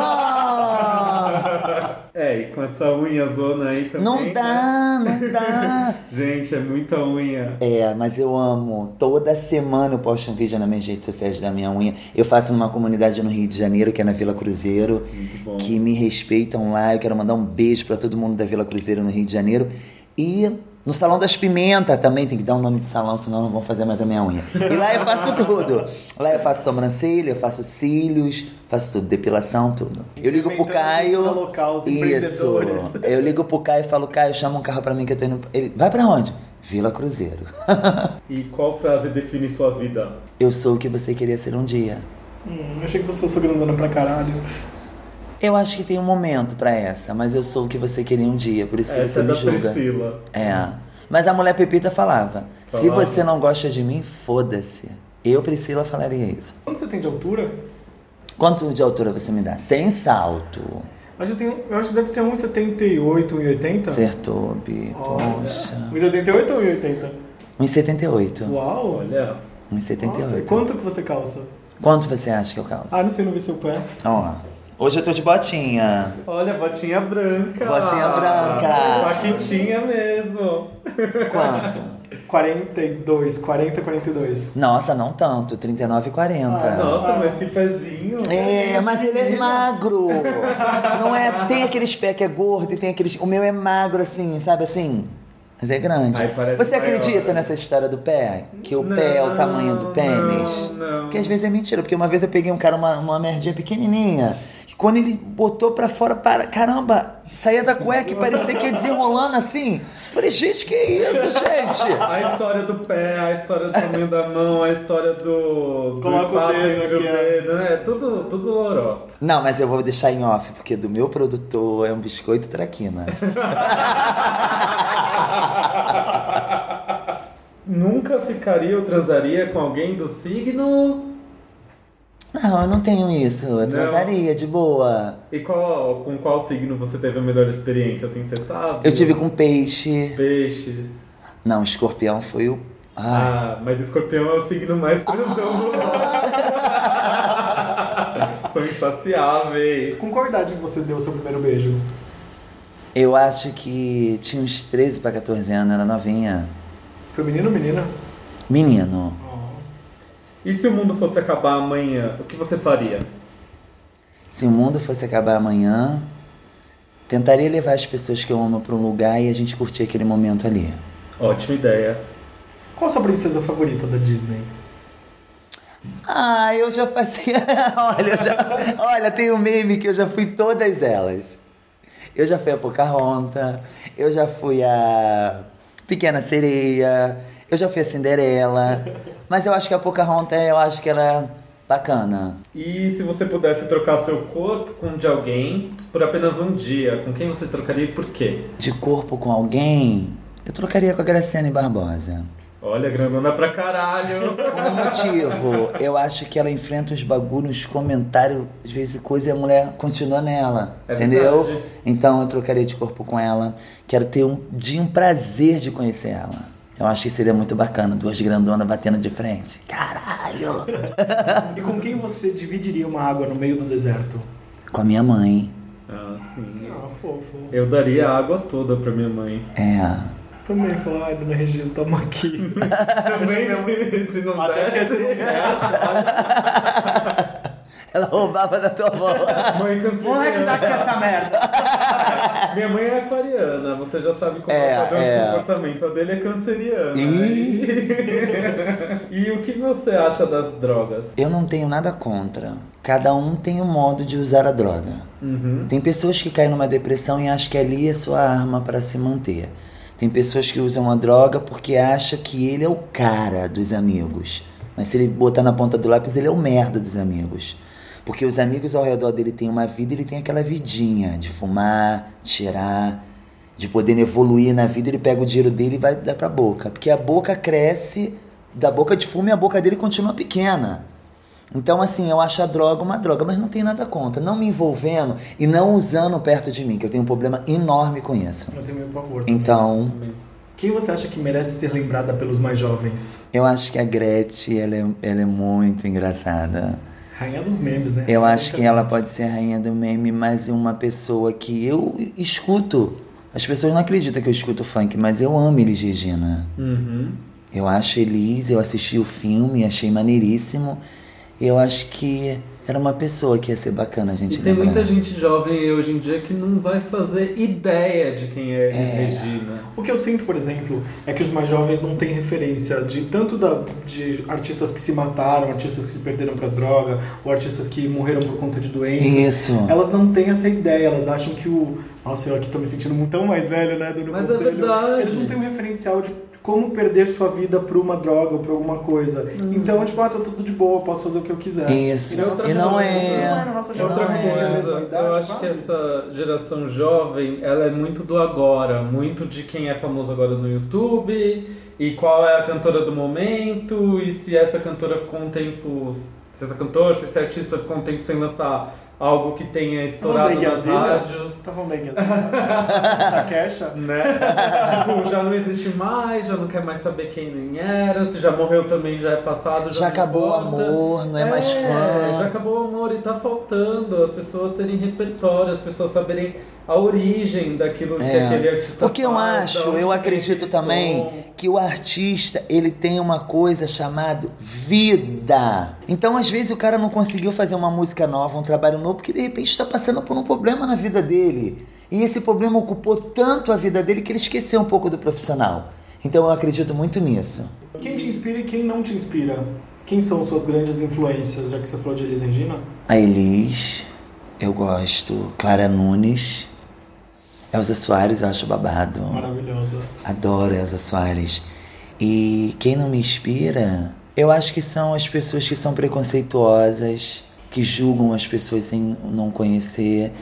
E: Ah!
F: É, e com essa unha zona aí também.
E: não dá, não dá.
F: né? Gente, é muita unha.
E: É, mas eu amo. Toda semana eu posto um vídeo nas minhas redes sociais da minha unha. Eu faço numa comunidade no Rio de Janeiro, que é na Vila Cruzeiro,
F: Muito bom.
E: que me respeitam lá. Eu quero mandar um beijo pra todo mundo da Vila Cruzeiro no Rio de Janeiro. E no Salão das Pimentas também, tem que dar um nome de salão, senão não vão fazer mais a minha unha. E lá eu faço tudo. Lá eu faço sobrancelha, eu faço cílios, faço tudo, depilação, tudo. Eu ligo pro
C: Inventando
E: Caio.
C: cultura local, os
E: Isso.
C: empreendedores.
E: Eu ligo pro Caio e falo, Caio, chama um carro pra mim que eu tô indo. Ele, vai pra onde? Vila Cruzeiro.
F: E qual frase define sua vida?
E: Eu sou o que você queria ser um dia.
C: Hum, eu achei que você fosse grandona pra caralho.
E: Eu acho que tem um momento pra essa, mas eu sou o que você queria um dia, por isso que
F: Essa
E: você
F: é da
E: me julga.
F: Priscila.
E: É. Mas a mulher Pepita falava: se
F: Falava.
E: você não gosta de mim, foda-se. Eu, Priscila, falaria isso.
C: Quanto você tem de altura?
E: Quanto de altura você me dá? Sem salto.
C: Mas eu, tenho, eu acho que deve ter 1,78, 1,80.
E: Acertou, Bi.
C: Olha.
E: Poxa.
C: 1,78 ou 1,80?
E: 1,78.
C: Uau!
F: Olha,
E: 1,78.
C: Nossa, quanto que você calça?
E: Quanto você acha que eu calço?
C: Ah, não sei, não vi seu pé.
E: Ó. Hoje eu tô de botinha.
D: Olha, botinha branca.
E: Botinha
C: Ah.
E: branca.
D: Paquitinha mesmo.
E: Quanto?
C: 42, 40, 42.
E: Nossa, não tanto. 39,40.
C: Ah,
F: nossa, mas que pezinho.
E: É, mas ele é magro. Não é, tem aqueles pés que é gordo e tem aqueles, o meu é magro assim, sabe assim? Mas é grande.
F: Aí parece
E: Você
F: maior,
E: acredita
F: né?
E: nessa história do pé? Que o pé é o tamanho do
D: Não,
E: pênis?
D: não.
E: Que às vezes é mentira, porque uma vez eu peguei um cara, uma, uma merdinha pequenininha, que quando ele botou pra fora, para, caramba, saía da cueca e parecia que ia desenrolando assim. Falei, gente, que isso, gente?
D: A história do pé, a história do tamanho da mão, a história do, do
C: Coloca o
D: espaço
C: dedo
D: entre o
C: aqui, ó.
D: dedo, né? É tudo, tudo loró.
E: Não, mas eu vou deixar em off, porque do meu produtor é um biscoito traquina.
D: Nunca ficaria ou transaria com alguém do signo?
E: Não, eu não tenho isso. Eu transaria, de boa.
D: E qual, com qual signo você teve a melhor experiência, assim, você sabe?
E: Eu tive com peixe.
D: Peixes.
E: Não, escorpião foi o. Ah,
D: Ah, mas escorpião é o signo mais transão do mundo. São insaciáveis.
C: Com qual idade você deu o seu primeiro beijo?
E: eu acho que tinha uns 13 pra 14 anos, era novinha.
C: Foi menino ou menina?
E: Menino,
D: E se o mundo fosse acabar amanhã, o que você faria?
E: se o mundo fosse acabar amanhã, tentaria levar as pessoas que eu amo pra um lugar e a gente curtir aquele momento ali.
D: Ótima ideia.
C: Qual a sua princesa favorita da Disney?
E: Ah, eu já passei. olha, eu já... olha, tem um meme que eu já fui todas elas. Eu já fui a Pocahontas, eu já fui a Pequena Sereia, eu já fui a Cinderela. Mas eu acho que a Pocahontas, eu acho que ela é bacana.
D: E se você pudesse trocar seu corpo com o de alguém por apenas um dia, com quem você trocaria e por quê?
E: De corpo com alguém, eu trocaria com a Graciane Barbosa.
D: Olha, grandona pra caralho!
E: Por um motivo, eu acho que ela enfrenta os bagulhos, comentários, às vezes coisa e a mulher continua nela.
D: É
E: entendeu?
D: verdade.
E: Então eu trocaria de corpo com ela. Quero ter um dia um prazer de conhecer ela. Eu acho que seria muito bacana, duas grandonas batendo de frente. Caralho!
C: E com quem você dividiria uma água no meio do deserto?
E: Com a minha mãe.
D: Ah, sim.
C: Ah, fofo.
D: Eu daria a água toda pra minha mãe.
E: É.
C: Também falou, ai, dona Regina, toma aqui.
D: Também, se não
C: Até que assim, né?
D: desse.
C: você não desse.
E: Ela roubava da tua mão.
D: Mãe é canceriana.
C: essa merda?
D: Minha mãe é aquariana, você já sabe como
E: É,
D: é, o padrão
E: é.
D: de comportamento. A dele é canceriana.
E: Ih.
D: e o que você acha das drogas?
E: eu não tenho nada contra. Cada um tem um modo de usar a droga.
D: Uhum.
E: Tem pessoas que caem numa depressão e acham que ali é sua arma para se manter. Tem pessoas que usam a droga porque acha que ele é o cara dos amigos. Mas se ele botar na ponta do lápis, ele é o merda dos amigos. Porque os amigos ao redor dele têm uma vida, ele tem aquela vidinha de fumar, tirar, de poder evoluir na vida, ele pega o dinheiro dele e vai dar pra boca. Porque a boca cresce, da boca de fumo e a boca dele continua pequena. Então, assim, eu acho a droga uma droga, mas não tenho nada contra. Não me envolvendo e não usando perto de mim, que eu tenho um problema enorme com isso.
C: Eu tenho meio pavor. também.
E: Então,
C: Quem você acha que merece ser lembrada pelos mais jovens?
E: eu acho que a Gretchen, ela é, ela é muito engraçada.
C: Rainha dos memes,
D: É
C: né?
E: Eu acho que ela pode ser a rainha do meme, mas uma pessoa que eu escuto. As pessoas não acreditam que eu escuto funk, mas eu amo Elis Regina.
D: Uhum.
E: Eu acho Elis, eu assisti o filme, achei maneiríssimo. Eu acho que era uma pessoa que ia ser bacana a gente
D: E tem
E: lembrar.
D: muita gente jovem hoje em dia que não vai fazer ideia de quem é, Elis Regina.
C: O que eu sinto, por exemplo, é que os mais jovens não têm referência de tanto da, de artistas que se mataram, artistas que se perderam pra droga, ou artistas que morreram por conta de doenças.
E: Isso.
C: Elas não têm essa ideia, elas acham que o. Nossa, eu aqui tô me sentindo muito tão mais velho, né? Do meu
D: Mas é
C: conselho.
D: verdade.
C: Eles não têm um referencial de como perder sua vida por uma droga ou por alguma coisa.
D: Hum.
C: Então, tipo, ah, tá tudo de boa, posso fazer o que eu quiser.
E: Isso.
C: E na nossa
E: E não
C: geração,
E: é-
C: Não é na nossa
E: e
D: É
C: geração,
D: Outra
E: não
C: a gente tem a mesma
D: coisa,
C: idade,
D: eu acho que é
C: quase.
D: essa geração jovem, ela é muito do agora, muito de quem é famoso agora no YouTube, e qual é a cantora do momento, e se essa cantora ficou um tempo, se essa cantora, se esse artista ficou um tempo sem lançar algo que tenha estourado
C: Não, da
D: nas
C: Igazilha?
D: rádios.
C: Você tá falando da Igazilha? Takesha?
D: né? tipo, já não existe mais, já não quer mais saber quem nem era, se já morreu também, já é passado, já,
E: Já
D: não
E: acabou o
D: importa.
E: amor, não é mais fã.
D: Já acabou o amor e tá faltando as pessoas terem repertório, as pessoas saberem a origem daquilo que
E: É.
D: aquele artista
E: Porque eu
D: faz, da
E: acho,
D: onde
E: eu
D: vem
E: acredito
D: aquele
E: também
D: som.
E: que o artista, ele tem uma coisa chamada vida. Então, às vezes, o cara não conseguiu fazer uma música nova, um trabalho novo, porque de repente está passando por um problema na vida dele. E esse problema ocupou tanto a vida dele que ele esqueceu um pouco do profissional. Então, eu acredito muito nisso.
C: Quem te inspira e quem não te inspira? Quem são suas grandes influências, já que você falou de Elis Regina?
E: A Elis, eu gosto. Clara Nunes. Elza Soares, eu acho babado.
C: Maravilhosa.
E: Adoro Elza Soares. E quem não me inspira, eu acho que são as pessoas que são preconceituosas, que julgam as pessoas sem não conhecer,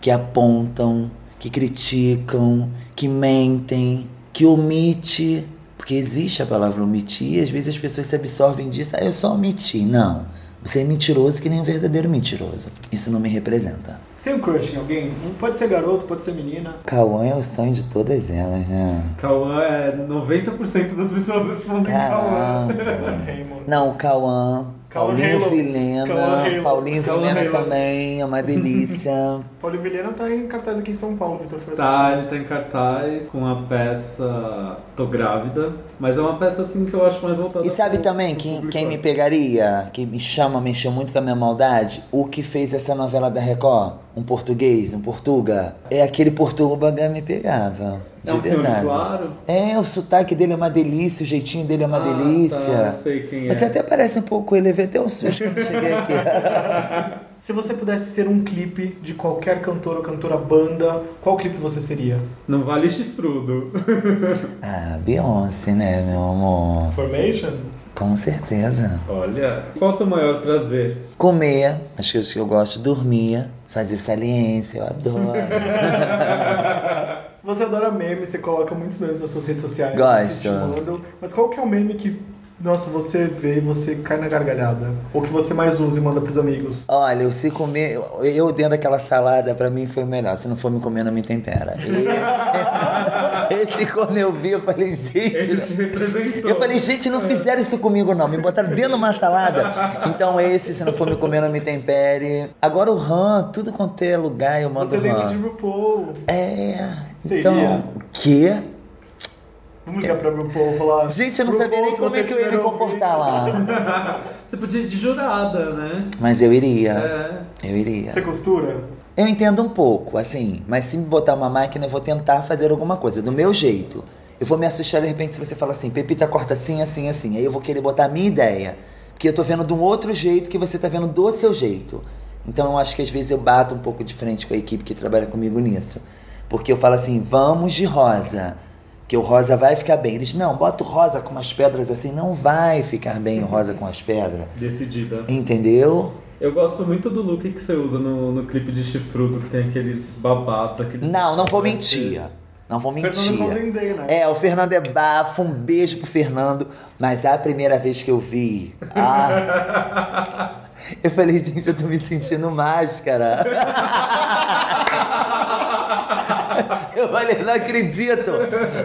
E: que apontam, que criticam, que mentem, que omite. Porque existe a palavra omitir e às vezes as pessoas se absorvem disso. Ah, eu só omiti. Não. Você é mentiroso que nem um verdadeiro mentiroso. Isso não me representa.
C: Você tem um crush em alguém? Não Pode ser garoto, pode ser menina.
E: Cauã é o sonho de todas elas, né?
F: Cauã é 90% das pessoas respondem Cauã.
E: Caramba.
C: Raymond.
E: Não, o Cauã.
C: Cauã
E: Paulinho
C: Halo. Cauã
E: Vilena.
C: Halo.
E: Paulinho
F: Cauã
E: Vilena
F: Halo.
E: também, é uma delícia.
C: Paulo Vilhena tá em cartaz aqui em São Paulo, Vitor foi
D: Tá,
C: assistir.
D: ele tá em cartaz com a peça Tô Grávida, mas é uma peça assim que eu acho mais voltada
E: E sabe
D: pro-
E: também
D: pro
E: quem,
D: público
E: quem me pegaria, que me chama, mexeu muito com a minha maldade? O que fez essa novela da Record? Um português, um portuga? É aquele portuga que me pegava. De
D: É um filme
E: verdade.
D: claro?
E: É, o sotaque dele é uma delícia, o jeitinho dele é uma
D: Ah, tá,
E: delícia.
D: eu sei quem é.
E: Você até parece um pouco com ele, eu levei até um susto quando cheguei aqui.
C: Se você pudesse ser um clipe de qualquer cantor ou cantora banda, qual clipe você seria?
D: Não vale chifrudo.
E: ah, Beyoncé, né, meu amor?
C: Formation?
E: Com certeza.
D: Olha, qual o seu maior prazer?
E: comer as coisas que eu gosto, dormir, fazer saliência, eu adoro.
C: Você adora meme, você coloca muitos memes nas suas redes sociais.
E: Gosto.
C: Que te mandam, mas qual que é o meme que, nossa, você vê e você cai na gargalhada? Ou que você mais usa e manda pros amigos?
E: Olha, eu se comer, eu- eu dentro daquela salada, pra mim foi o melhor. Se não for me comer, não me tempera. Esse, esse quando eu vi, eu falei, gente.
D: Ele te representou.
E: Eu falei, gente, não fizeram isso comigo não, me botaram dentro de uma salada. Então esse, se não for me comer, não me tempere. Agora o ram, tudo quanto é lugar, eu mando
C: Você dentro
E: ram.
C: de RuPaul.
E: É,
C: Seria?
E: então, o quê?
C: Vamos ligar pra RuPaul e falar.
E: Gente, eu não
C: "RuPaul,
E: sabia nem
C: se
E: como
C: você
E: é que eu ia me
C: estiver
E: comportar lá.
D: Você podia ir de jurada, né?
E: Mas eu iria,
D: É.
E: eu iria.
C: ouvindo- Você costura?
E: Eu entendo um pouco, assim, mas se me botar uma máquina, eu vou tentar fazer alguma coisa, do meu jeito. Eu vou me assustar de repente se você falar assim, Pepita corta assim, assim, assim. Aí eu vou querer botar a minha ideia. Porque eu tô vendo de um outro jeito que você tá vendo do seu jeito. Então eu acho que às vezes eu bato um pouco de frente com a equipe que trabalha comigo nisso. Porque eu falo assim, vamos de rosa. Que o rosa vai ficar bem. Eles, não, bota o rosa com umas pedras assim. Não vai ficar bem o rosa com as pedras.
D: Decidida.
E: Entendeu?
D: Eu gosto muito do look que você usa no, no clipe de chifrudo, que tem aqueles babados, aqueles.
E: Não, não vou mentir. Não vou mentir.
C: Fernando Fazendei, né?
E: É, o Fernando é bafo, um é beijo pro Fernando, mas a primeira vez que eu vi. Ah, Eu falei, gente, eu tô me sentindo máscara. eu falei, não acredito.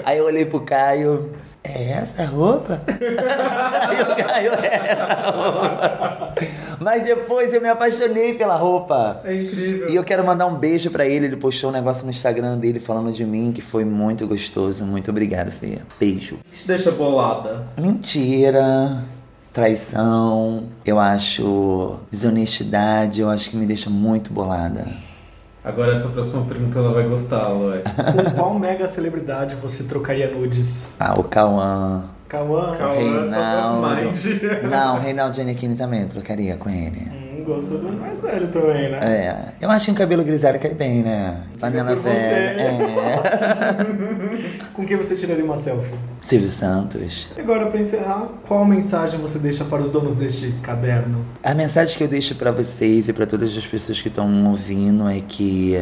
E: Aí eu olhei pro Caio, é essa a roupa? Aí o Caio, é essa a roupa. Mas depois eu me apaixonei pela roupa.
F: É incrível.
E: E eu quero mandar um beijo pra ele. Ele postou um negócio no Instagram dele falando de mim, que foi muito gostoso. Muito obrigado, Fê. Beijo.
D: O que te deixa bolada?
E: Mentira, traição, eu acho desonestidade, eu acho que me deixa muito bolada.
D: Agora essa próxima pergunta ela vai gostar, Loi.
C: Com qual mega celebridade você trocaria nudes?
E: Ah, o Cauã.
C: Cauã?
D: Cauã.
E: Reinaldo.
D: top of mind.
E: Não, Reinaldo Giannichini também, eu trocaria com ele.
C: Hum, gosta do mais velho também, né?
E: É, eu acho que um cabelo grisalho cai bem, né? Panela
C: por você.
E: velha. É.
C: Com quem você tiraria uma selfie?
E: Silvio Santos.
C: E agora, pra encerrar, qual mensagem você deixa para os donos deste caderno?
E: A mensagem que eu deixo pra vocês e pra todas as pessoas que estão ouvindo é que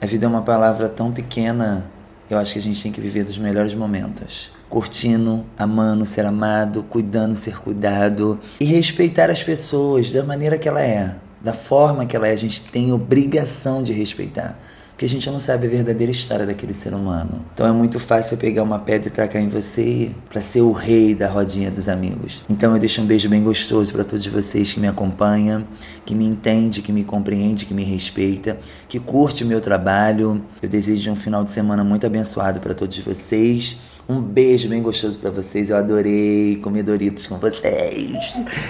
E: a vida é uma palavra tão pequena. Eu acho que a gente tem que viver dos melhores momentos. Curtindo, amando, ser amado, cuidando, ser cuidado e respeitar as pessoas da maneira que ela é, da forma que ela é. A gente tem obrigação de respeitar. Porque a gente não sabe a verdadeira história daquele ser humano. Então é muito fácil eu pegar uma pedra e tacar em você pra ser o rei da rodinha dos amigos. Então eu deixo um beijo bem gostoso pra todos vocês que me acompanham, que me entende, que me compreende, que me respeita, que curte o meu trabalho. Eu desejo um final de semana muito abençoado pra todos vocês. Um beijo bem gostoso pra vocês. Eu adorei comer Doritos com vocês.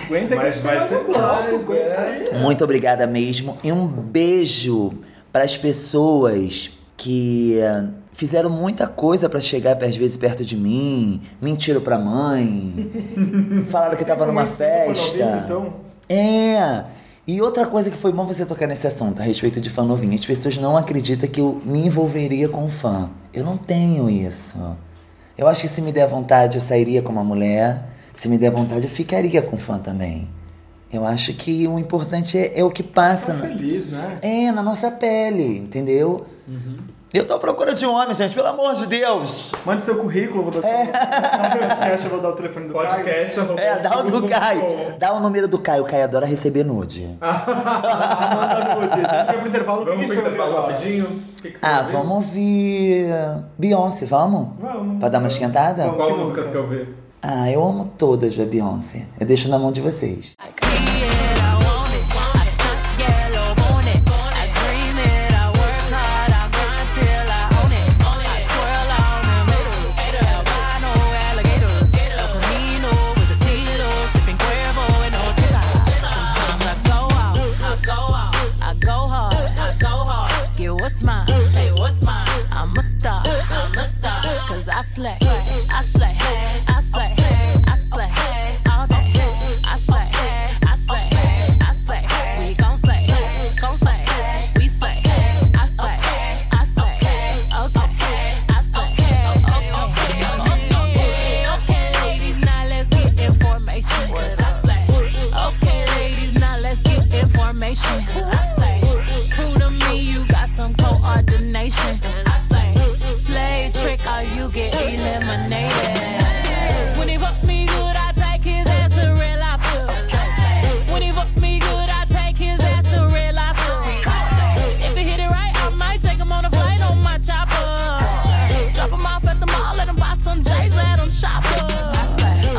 C: Aguenta
F: Mas
C: que
F: vai
C: mais um
F: ter
C: bloco,
F: mais,
C: aguenta
F: é.
C: aí.
E: Muito obrigada mesmo e um beijo para as pessoas que eh, fizeram muita coisa para chegar às vezes perto de mim, mentiram pra mãe, falaram que tava numa
C: Foi novinho,
E: festa.
C: então?
E: É. E outra coisa que foi bom você tocar nesse assunto, a respeito de fã novinho. As pessoas não acreditam que eu me envolveria com fã. Eu não tenho isso. Eu acho que se me der vontade, eu sairia com uma mulher. Se me der vontade, eu ficaria com fã também. Eu acho que o importante é, é o que
C: Tá
E: passa. na-
C: feliz, né?
E: é, na nossa pele, entendeu? Uhum. Eu tô à procura de um homem, gente, pelo amor de Deus!
C: Mande seu currículo, vou dar, no podcast, eu vou dar o telefone do Caio.
F: Podcast arroba
E: É, dá o do
F: outubro.com.
E: Caio. Dá o número do Caio. O Caio adora receber nude.
C: Manda nudes. A gente vai pro intervalo, o que
F: Vamos
C: que a gente vai
F: pro
C: ver
F: intervalo
C: agora?
F: rapidinho? O que que você
E: Ah,
F: vai ver?
E: vamos ouvir Beyoncé, vamos?
C: Vamos.
E: Pra dar uma esquentada?
C: Vamos.
F: Qual
C: Que
F: música
C: música?
F: você quer ouvir?
E: Ah, eu amo todas da Beyoncé. Eu deixo na mão de vocês.
G: I see it, I want it. I stuck yellow on it. I dream it, I work hard, I grind till I own it. I twirl on the middles, albino alligators, a Camino with a Cito, sipping Cuervo and Ojiza. Sometimes I go out, I go out, I go hard, I go hard. Get what's mine, hey what's mine? I'm a star, I'm a star, 'cause I slay, I slay, I slay, I slay all day. I slay, I slay, I slay. We gon' slay, gon' slay, we slay. I slay, I slay, okay. I slay, okay, okay, okay, ladies, now let's get information. I slay, okay, ladies, now let's get information. I slay, prove to me you got some coordination. I slay, slay trick or you get eliminated. When he fuck me good, I take his ass to real life. When he fuck me good, I take his ass to real life. If he hit it right, I might take him on a flight on my chopper. Drop him off at the mall, let him buy some J's, let him shop up.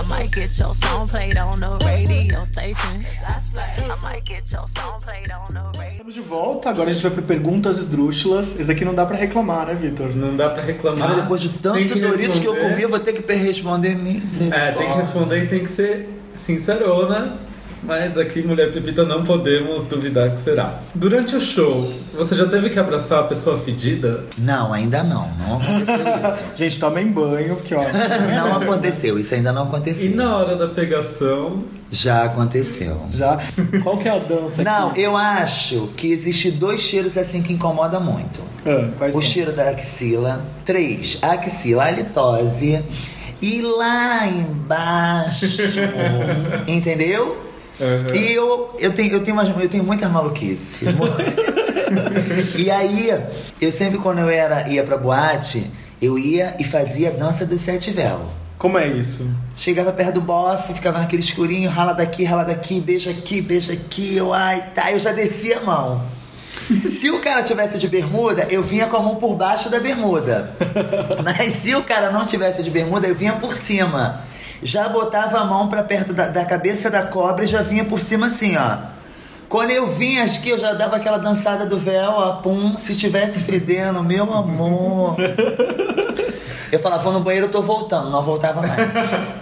G: I might get your song played on the radio station. I might get your song played on the radio.
C: Estamos de volta, agora a gente vai para perguntas esdrúxulas. Esse aqui não dá pra reclamar, né, Vitor?
D: Não dá pra reclamar.
E: Cara, depois de
D: Tem
E: tanto Doritos que eu
D: responder.
E: comi, eu vou ter que pe- responder misericórdia.
D: É, tem que responder e tem que ser sincerona, mas aqui, mulher pepita, não podemos duvidar que será. Durante o show, você já teve que abraçar a pessoa fedida?
E: Não, ainda não. Não aconteceu isso.
C: Gente, tomem banho, porque ó.
E: Não aconteceu, isso ainda não
D: E
E: aconteceu.
D: na hora da pegação,
E: Já aconteceu.
C: Já. Qual que é a dança
E: Não,
C: aqui?
E: eu acho que existe dois cheiros assim que incomoda muito.
C: Ah, quais
E: O
C: são?
E: cheiro da axila. Três, a axila, a halitose. E lá embaixo. entendeu? E eu, eu, tenho, eu, tenho umas, eu tenho muita maluquice. e aí, eu sempre quando eu era, ia pra boate, eu ia e fazia a dança dos sete véu.
C: Como é isso?
E: Chegava perto do bofe, ficava naquele escurinho, rala daqui, rala daqui, beija aqui, beija aqui, eu, ai, tá, eu já descia a mão. Se o cara tivesse de bermuda, eu vinha com a mão por baixo da bermuda. Mas se o cara não tivesse de bermuda, eu vinha por cima. Já botava a mão pra perto da, da cabeça da cobra e já vinha por cima assim, ó. Quando eu vinha, acho que eu já dava aquela dançada do véu, ó, pum, se tivesse fedendo, meu amor. Eu falava, vou no banheiro, eu tô voltando, não voltava mais.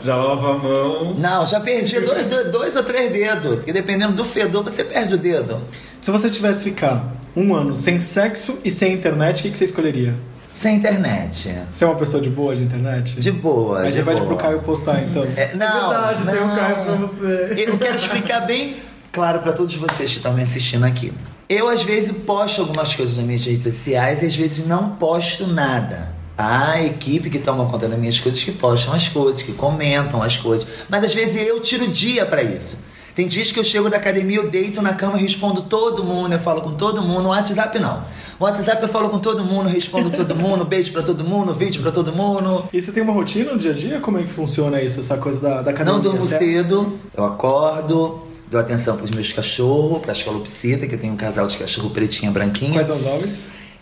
D: Já lava a mão.
E: Não, já perdi dois, dois, dois ou três dedos. Porque dependendo do fedor, você perde o dedo.
C: Se você tivesse que ficar um ano sem sexo e sem internet, o que, que você escolheria?
E: Sem internet.
C: Você é uma pessoa de boa de internet?
E: De boa.
C: Aí
E: de
C: já
D: é
C: pede
E: boa.
C: pro Caio postar, então.
E: É, não,
D: verdade,
E: não.
D: tem um Caio pra você.
E: Eu quero explicar bem claro pra todos vocês que estão me assistindo aqui. Eu, às vezes, posto algumas coisas nas minhas redes sociais e às vezes não posto nada. A equipe que toma conta das minhas coisas, que postam as coisas, que comentam as coisas. Mas às vezes eu tiro dia pra isso. Tem dias que eu chego da academia, eu deito na cama, eu respondo todo mundo, eu falo com todo mundo. No WhatsApp, não. No WhatsApp, eu falo com todo mundo, respondo todo mundo, beijo pra todo mundo, vídeo pra todo mundo.
C: E você tem uma rotina no dia a dia? Como é que funciona isso, essa coisa da, é- da academia?
E: Não durmo
C: certo?
E: cedo, eu acordo, dou atenção pros meus cachorros, pras calopsita, que eu tenho um casal de cachorro pretinha e branquinha.
C: Quais são os nomes?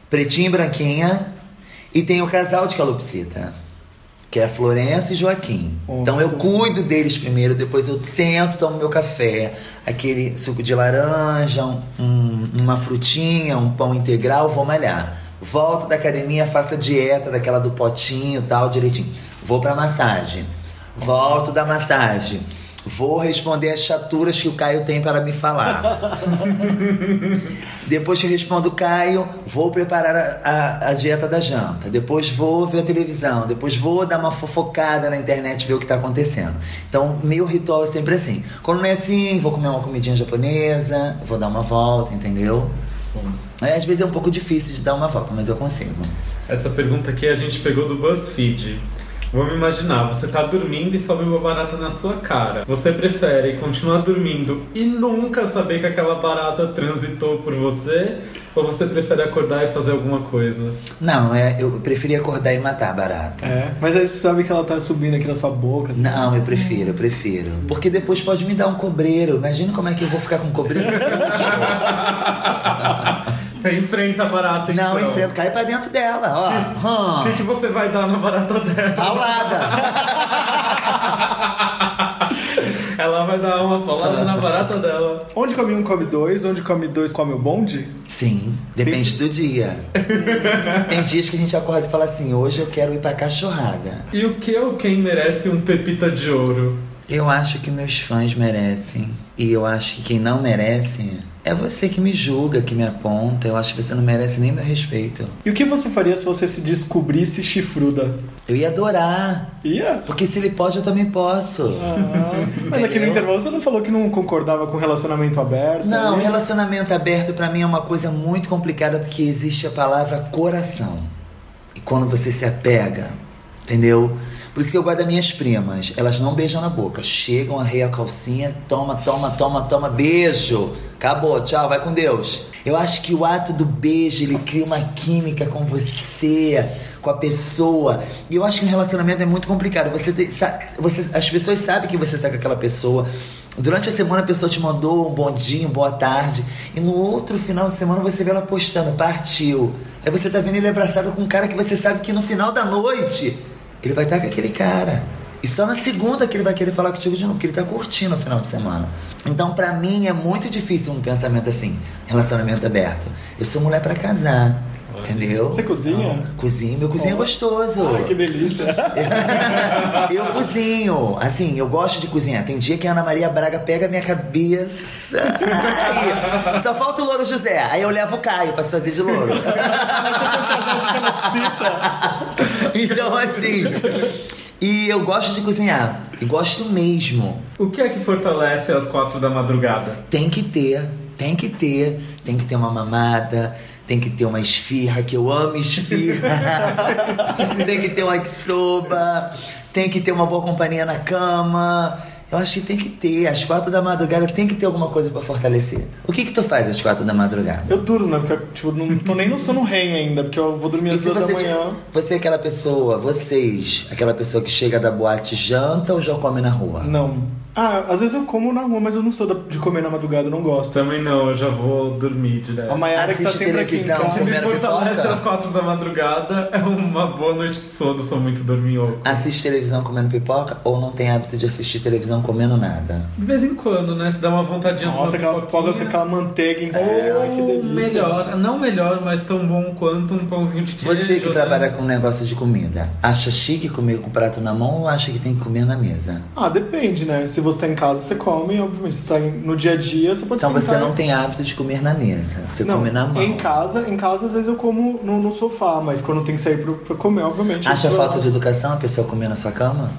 E: Pretinha e branquinha. E tenho um casal de calopsita, que é a Florença e Joaquim.
C: Oh.
E: Então eu cuido deles primeiro, depois eu sento, tomo meu café, aquele suco de laranja, um- um- uma frutinha, um pão integral, vou malhar. Volto da academia, faço a dieta daquela do potinho e tal, direitinho. Vou pra massagem. Volto da massagem. Vou responder as chaturas que o Caio tem para me falar. Depois que eu respondo o Caio, vou preparar a, a- a dieta da janta. Depois vou ver a televisão. Depois vou dar uma fofocada na internet ver o que tá acontecendo. Então, meu ritual é sempre assim. Quando não é assim, vou comer uma comidinha japonesa, vou dar uma volta, entendeu? É, às vezes é um pouco difícil de dar uma volta, mas eu consigo.
D: Essa pergunta aqui a gente pegou do BuzzFeed. Vamos imaginar, você tá dormindo e sobe uma barata na sua cara. Você prefere continuar dormindo e nunca saber que aquela barata transitou por você? Ou você prefere acordar e fazer alguma coisa?
E: Não, é, eu preferia acordar e matar a barata.
C: É. Mas aí você sabe que ela tá subindo aqui na sua boca. assim.
E: Não, eu prefiro, eu prefiro. Porque depois pode me dar um cobreiro. Imagina como é que eu vou ficar com um cobreiro.
D: Você enfrenta a barata
E: Não,
D: então.
E: enfrento, cai pra dentro dela, ó.
D: O que, que você vai dar na barata dela?
E: Paulada!
D: Ela vai dar uma paulada na barata dela.
C: Onde come um, come dois. Onde come dois, come o bonde.
E: Sim, depende do dia. Tem dias que a gente acorda e fala assim: hoje eu quero ir pra cachorrada.
D: E o que ou quem merece um pepita de ouro?
E: Eu acho que meus fãs merecem. E eu acho que quem não merece é você que me julga, que me aponta. Eu acho que você não merece nem meu respeito.
C: E o que você faria se você se descobrisse chifruda?
E: Eu ia adorar.
C: Ia?
E: Porque se ele pode, eu também posso.
C: Mas naquele
E: Entendeu?
C: intervalo você não falou que não concordava com relacionamento aberto?
E: Não,
C: né?
E: relacionamento aberto pra mim é uma coisa muito complicada porque existe a palavra coração. E quando você se apega, entendeu? Por isso que eu guardo as minhas primas. Elas não beijam na boca. Chegam, arreia a calcinha, toma, toma, toma, toma, beijo. Acabou, tchau, vai com Deus. Eu acho que o ato do beijo, ele cria uma química com você, com a pessoa. E eu acho que um relacionamento é muito complicado. Você, tem- sa- você- as pessoas sabem que você está com aquela pessoa. Durante a semana a pessoa te mandou um bom dia, uma boa tarde. E no outro final de semana você vê ela postando, partiu. Aí você tá vendo ele abraçado com um cara que você sabe que no final da noite ele vai estar com aquele cara. E só na segunda que ele vai querer falar contigo de novo, porque ele tá curtindo o final de semana. Então, pra mim, é muito difícil um pensamento assim, relacionamento aberto. Eu sou mulher pra casar, entendeu?
C: Você cozinha?
E: Então, cozinho, meu cozinho é gostoso.
C: Ai, que delícia.
E: Eu cozinho, assim, eu gosto de cozinhar. Tem dia que a Ana Maria Braga pega a minha cabeça. Ai, só falta o Louro José. Aí eu levo o Caio pra se fazer de louro. então, assim. E eu gosto de cozinhar. E gosto mesmo.
D: O que é que fortalece às quatro da madrugada?
E: Tem que ter, tem que ter, tem que ter uma mamada, tem que ter uma esfirra, que eu amo esfirra, tem que ter um yakisoba, tem que ter uma boa companhia na cama. Eu acho que tem que ter. Às quatro da madrugada tem que ter alguma coisa pra fortalecer. O que que tu faz às quatro da madrugada?
C: Eu durmo, né? Porque eu, tipo, não tô nem no sono REM ainda, porque eu vou dormir às
E: se
C: duas da
E: você,
C: manhã.
E: você é aquela pessoa, vocês, aquela pessoa que chega da boate, janta ou já come na rua?
C: Não. Ah, às vezes eu como na rua, mas eu não sou da- de comer na madrugada, eu não gosto.
D: Também não, eu já vou dormir
C: A
D: direto.
C: Maiara que tá
E: Assiste
C: sempre aqui em
E: televisão,
C: casa.
D: Que me
E: comendo
D: fortalece
E: pipoca.
D: às quatro da madrugada é uma boa noite de sono, sou muito dorminhoco.
E: Assiste televisão comendo pipoca ou não tem hábito de assistir televisão comendo nada?
D: De vez em quando, né? Se dá uma vontadinha de
E: um
C: Nossa,
D: uma
C: aquela pipoca com
D: pipoquinha.
C: aquela manteiga em cima,
E: Oh,
C: que
D: Ou
C: delícia.
D: melhor, não melhor, mas tão bom quanto um pãozinho de queijo.
E: Você que
D: né?
E: trabalha com negócio de comida, acha chique comer com o prato na mão ou acha que tem que comer na mesa?
C: Ah, depende, né? Se você tá em casa, você come, obviamente. Se tá em- no dia a dia, você pode
E: Então você
C: sentar-
E: não tem hábito de comer na mesa, você
C: tá. Não,
E: come na mão.
C: Em casa, em casa, às vezes eu como no, no sofá, mas quando tem que sair pro- pra comer, obviamente. eu
E: Acha
C: vou lá.
E: falta de educação a pessoa comer na sua cama?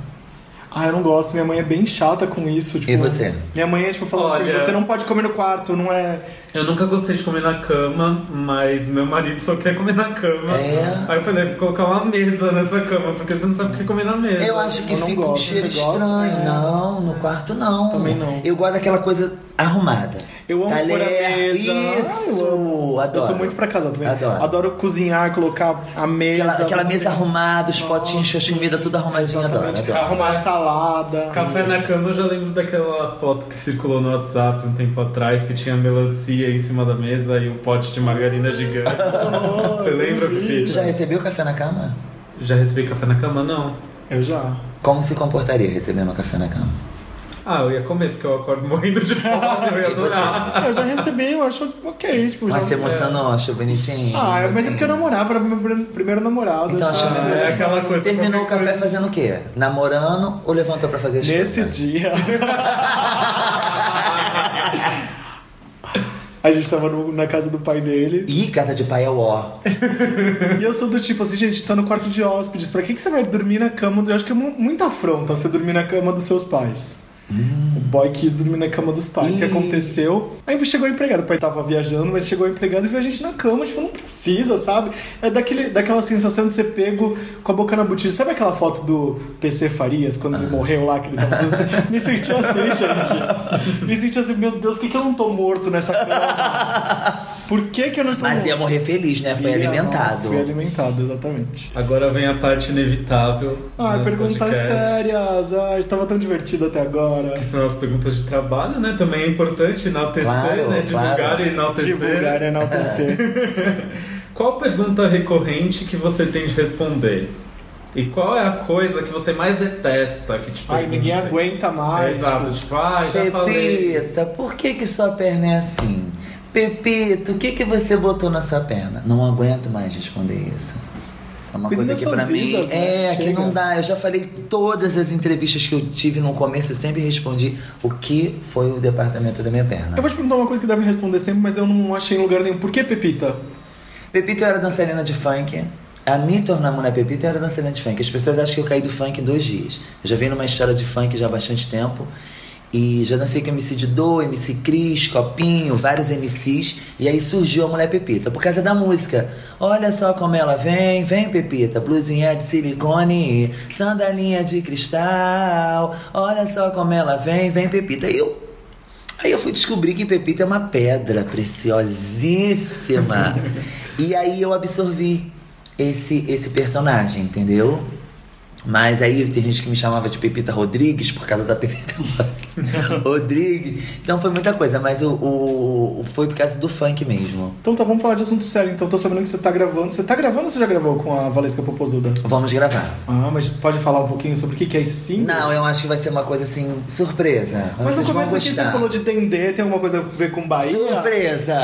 C: Ah, eu não gosto, minha mãe é bem chata com isso. Tipo,
E: E você?
C: Minha mãe é tipo falando
D: Olha-
C: assim: você não pode comer no quarto, não é.
D: Eu nunca gostei de comer na cama, mas meu marido só quer comer na cama.
E: É?
D: Aí eu falei, vou colocar uma mesa nessa cama, porque você não sabe o que é comer na mesa.
E: Eu acho que
C: eu não
E: fica um
C: gosto.
E: cheiro
C: Você gosta?
E: estranho.
C: É.
E: Não, no quarto não.
C: Também não.
E: Eu gosto daquela coisa arrumada.
C: Eu amo
E: Talher,
C: pôr a mesa.
E: Tá Isso!
C: Ah, eu amo.
E: Adoro.
C: Eu sou muito pra casa também.
E: Adoro.
C: cozinhar, colocar a mesa.
E: Aquela, aquela
C: não
E: mesa
C: sei.
E: arrumada, os potinhos, cheios de comida, tudo arrumadinho. Adoro, adoro.
C: Arrumar a salada.
D: Café na cama, eu já lembro daquela foto que circulou no WhatsApp um tempo atrás, que tinha melancia em cima da mesa e um pote de margarina gigante.
E: Oh,
D: Você lembra, Pipi?
E: Tu já recebeu café na cama?
D: Já recebi café na cama? Não.
C: Eu já.
E: Como se comportaria recebendo café na cama?
D: Ah, eu ia comer, porque eu acordo morrendo de fome, eu ia
E: E você?
D: adorar.
C: Ah, eu já recebi, eu acho ok. Tipo,
E: Mas
C: já...
E: se emocionou, achou bonitinho.
C: Ah, mas é
E: assim.
C: porque eu namorava, era meu prim- primeiro namorado.
E: Então
C: já.
E: achou
D: Ah, é aquela coisa.
E: Terminou o
D: qualquer
E: café fazendo o quê? Namorando ou levantou pra fazer as
C: Nesse
E: coisas?
C: dia. A gente tava no- na casa do pai dele.
E: Ih, casa de pai é o ó.
C: E eu sou do tipo assim, gente, tá no quarto de hóspedes. Pra que, que você vai dormir na cama? do- Eu acho que é mu- muita afronta você dormir na cama dos seus pais. O boy quis dormir na cama dos pais. O que
E: Ih.
C: aconteceu? Aí chegou o empregado. O pai tava viajando, mas chegou o empregado e viu a gente na cama. Tipo, não precisa, sabe? É daquele, daquela sensação de ser pego com a boca na botija. Sabe aquela foto do PC Farias, quando ele morreu lá? Que ele tava todo assim? Me senti assim, gente. Me senti assim, meu Deus, por que, que eu não tô morto nessa cama? Por que, que eu não estou
E: Mas
C: morto?
E: ia morrer feliz, né? Foi
C: Ele-
E: alimentado.
C: Nossa, Foi alimentado, exatamente.
D: Agora vem a parte inevitável.
C: Ah,
D: do nosso
C: perguntas
D: podcast,
C: sérias. Ai, tava tão divertido até agora.
D: Que são as perguntas de trabalho, né? Também é importante enaltecer,
E: Claro,
D: né? Divulgar
E: claro.
D: e enaltecer.
C: Divulgar e enaltecer.
D: Qual pergunta recorrente que você tem de responder? E qual é a coisa que você mais detesta que te
C: Ai, ninguém
D: perguntem?
C: aguenta mais.
D: É, exato,
C: tipo,
D: tipo, ah, já falei.
E: Pepita, por que que sua perna é assim? Pepita, o que que você botou na sua perna? Não aguento mais responder isso. É uma
C: Cuida
E: coisa
C: das
E: que pra
C: suas
E: mim
C: vidas, né?
E: é que
C: Chega.
E: não dá. Eu já falei todas as entrevistas que eu tive no começo, eu sempre respondi o que foi o departamento da minha perna.
C: Eu vou te perguntar uma coisa que deve responder sempre, mas eu não achei em lugar nenhum. Por que Pepita?
E: Pepita eu era dançarina de funk. A me tornar mulher Pepita eu era dançarina de funk. As pessoas acham que eu caí do funk em dois dias. Eu já venho numa história de funk já há bastante tempo. E já dancei com MC Didô, MC Cris, Copinho, vários MCs. E aí surgiu a Mulher Pepita, por causa da música. Olha só como ela vem, vem Pepita. Blusinha de silicone, sandalinha de cristal. Olha só como ela vem, vem Pepita. E eu Aí eu fui descobrir que Pepita é uma pedra preciosíssima. e aí eu absorvi esse, esse personagem, entendeu? Mas aí tem gente que me chamava de Pepita Rodrigues por causa da Pepita Rodrigues. Então foi muita coisa, mas o, o- o- foi por causa do funk mesmo.
C: Então tá, vamos falar de assunto sério. Então tô sabendo que você tá gravando. Você tá gravando ou você já gravou com a Valesca Popozuda?
E: Vamos gravar.
C: Ah, mas pode falar um pouquinho sobre o que que é esse single?
E: Não, eu acho que vai ser uma coisa assim, surpresa.
C: Mas no
E: Vocês vão
C: começo aqui você
E: gostar.
C: falou de Dendê, tem alguma coisa a ver com Bahia? Ah,
E: Surpresa!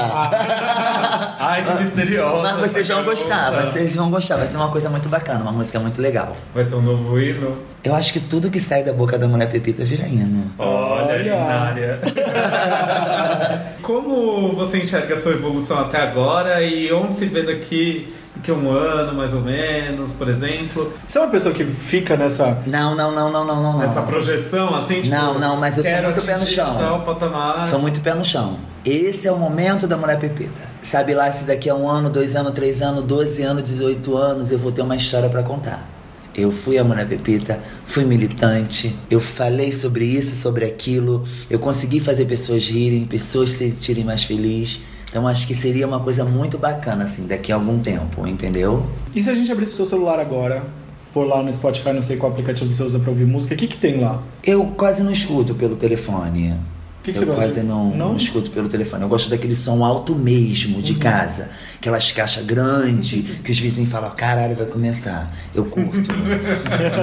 D: Ai, que misteriosa.
E: Ah, Mas vocês
D: essa
E: vão
C: é
E: gostar,
D: pergunta.
E: vocês vão gostar. Vai ser uma coisa muito bacana, uma música muito legal.
D: Vai ser um novo hino?
E: Eu acho que tudo que sai da boca da mulher Pepita vira hino.
D: Olha,
C: Olha.
D: Linária. Como você enxerga a sua evolução até agora e onde se vê daqui, daqui a um ano, mais ou menos, por exemplo?
C: Você é uma pessoa que fica nessa...
E: Não, não, não, não, não, não. não.
D: Essa projeção, assim, tipo...
E: Não, não, mas eu sou
D: quero
E: muito pé no
D: atingir
E: chão.
D: tal patamar.
E: Sou muito pé no chão. Esse é o momento da mulher Pepita. Sabe lá se daqui a um ano, dois anos, três anos, doze anos, 18 anos eu vou ter uma história pra contar. Eu fui a Mona Pepita, fui militante, eu falei sobre isso, sobre aquilo, eu consegui fazer pessoas rirem, pessoas se sentirem mais felizes. Então acho que seria uma coisa muito bacana, assim, daqui a algum tempo, entendeu?
C: E se a gente abrisse o seu celular agora, por lá no Spotify, não sei qual aplicativo você usa pra ouvir música, o que, que tem lá?
E: Eu quase não escuto pelo telefone.
C: Que que
E: eu
C: você gosta?
E: quase
C: Não?
E: não,
C: Uhum.
E: não escuto pelo telefone. Eu gosto daquele som alto mesmo de casa. Aquelas caixas grandes que os vizinhos falam, caralho, vai começar. Eu curto.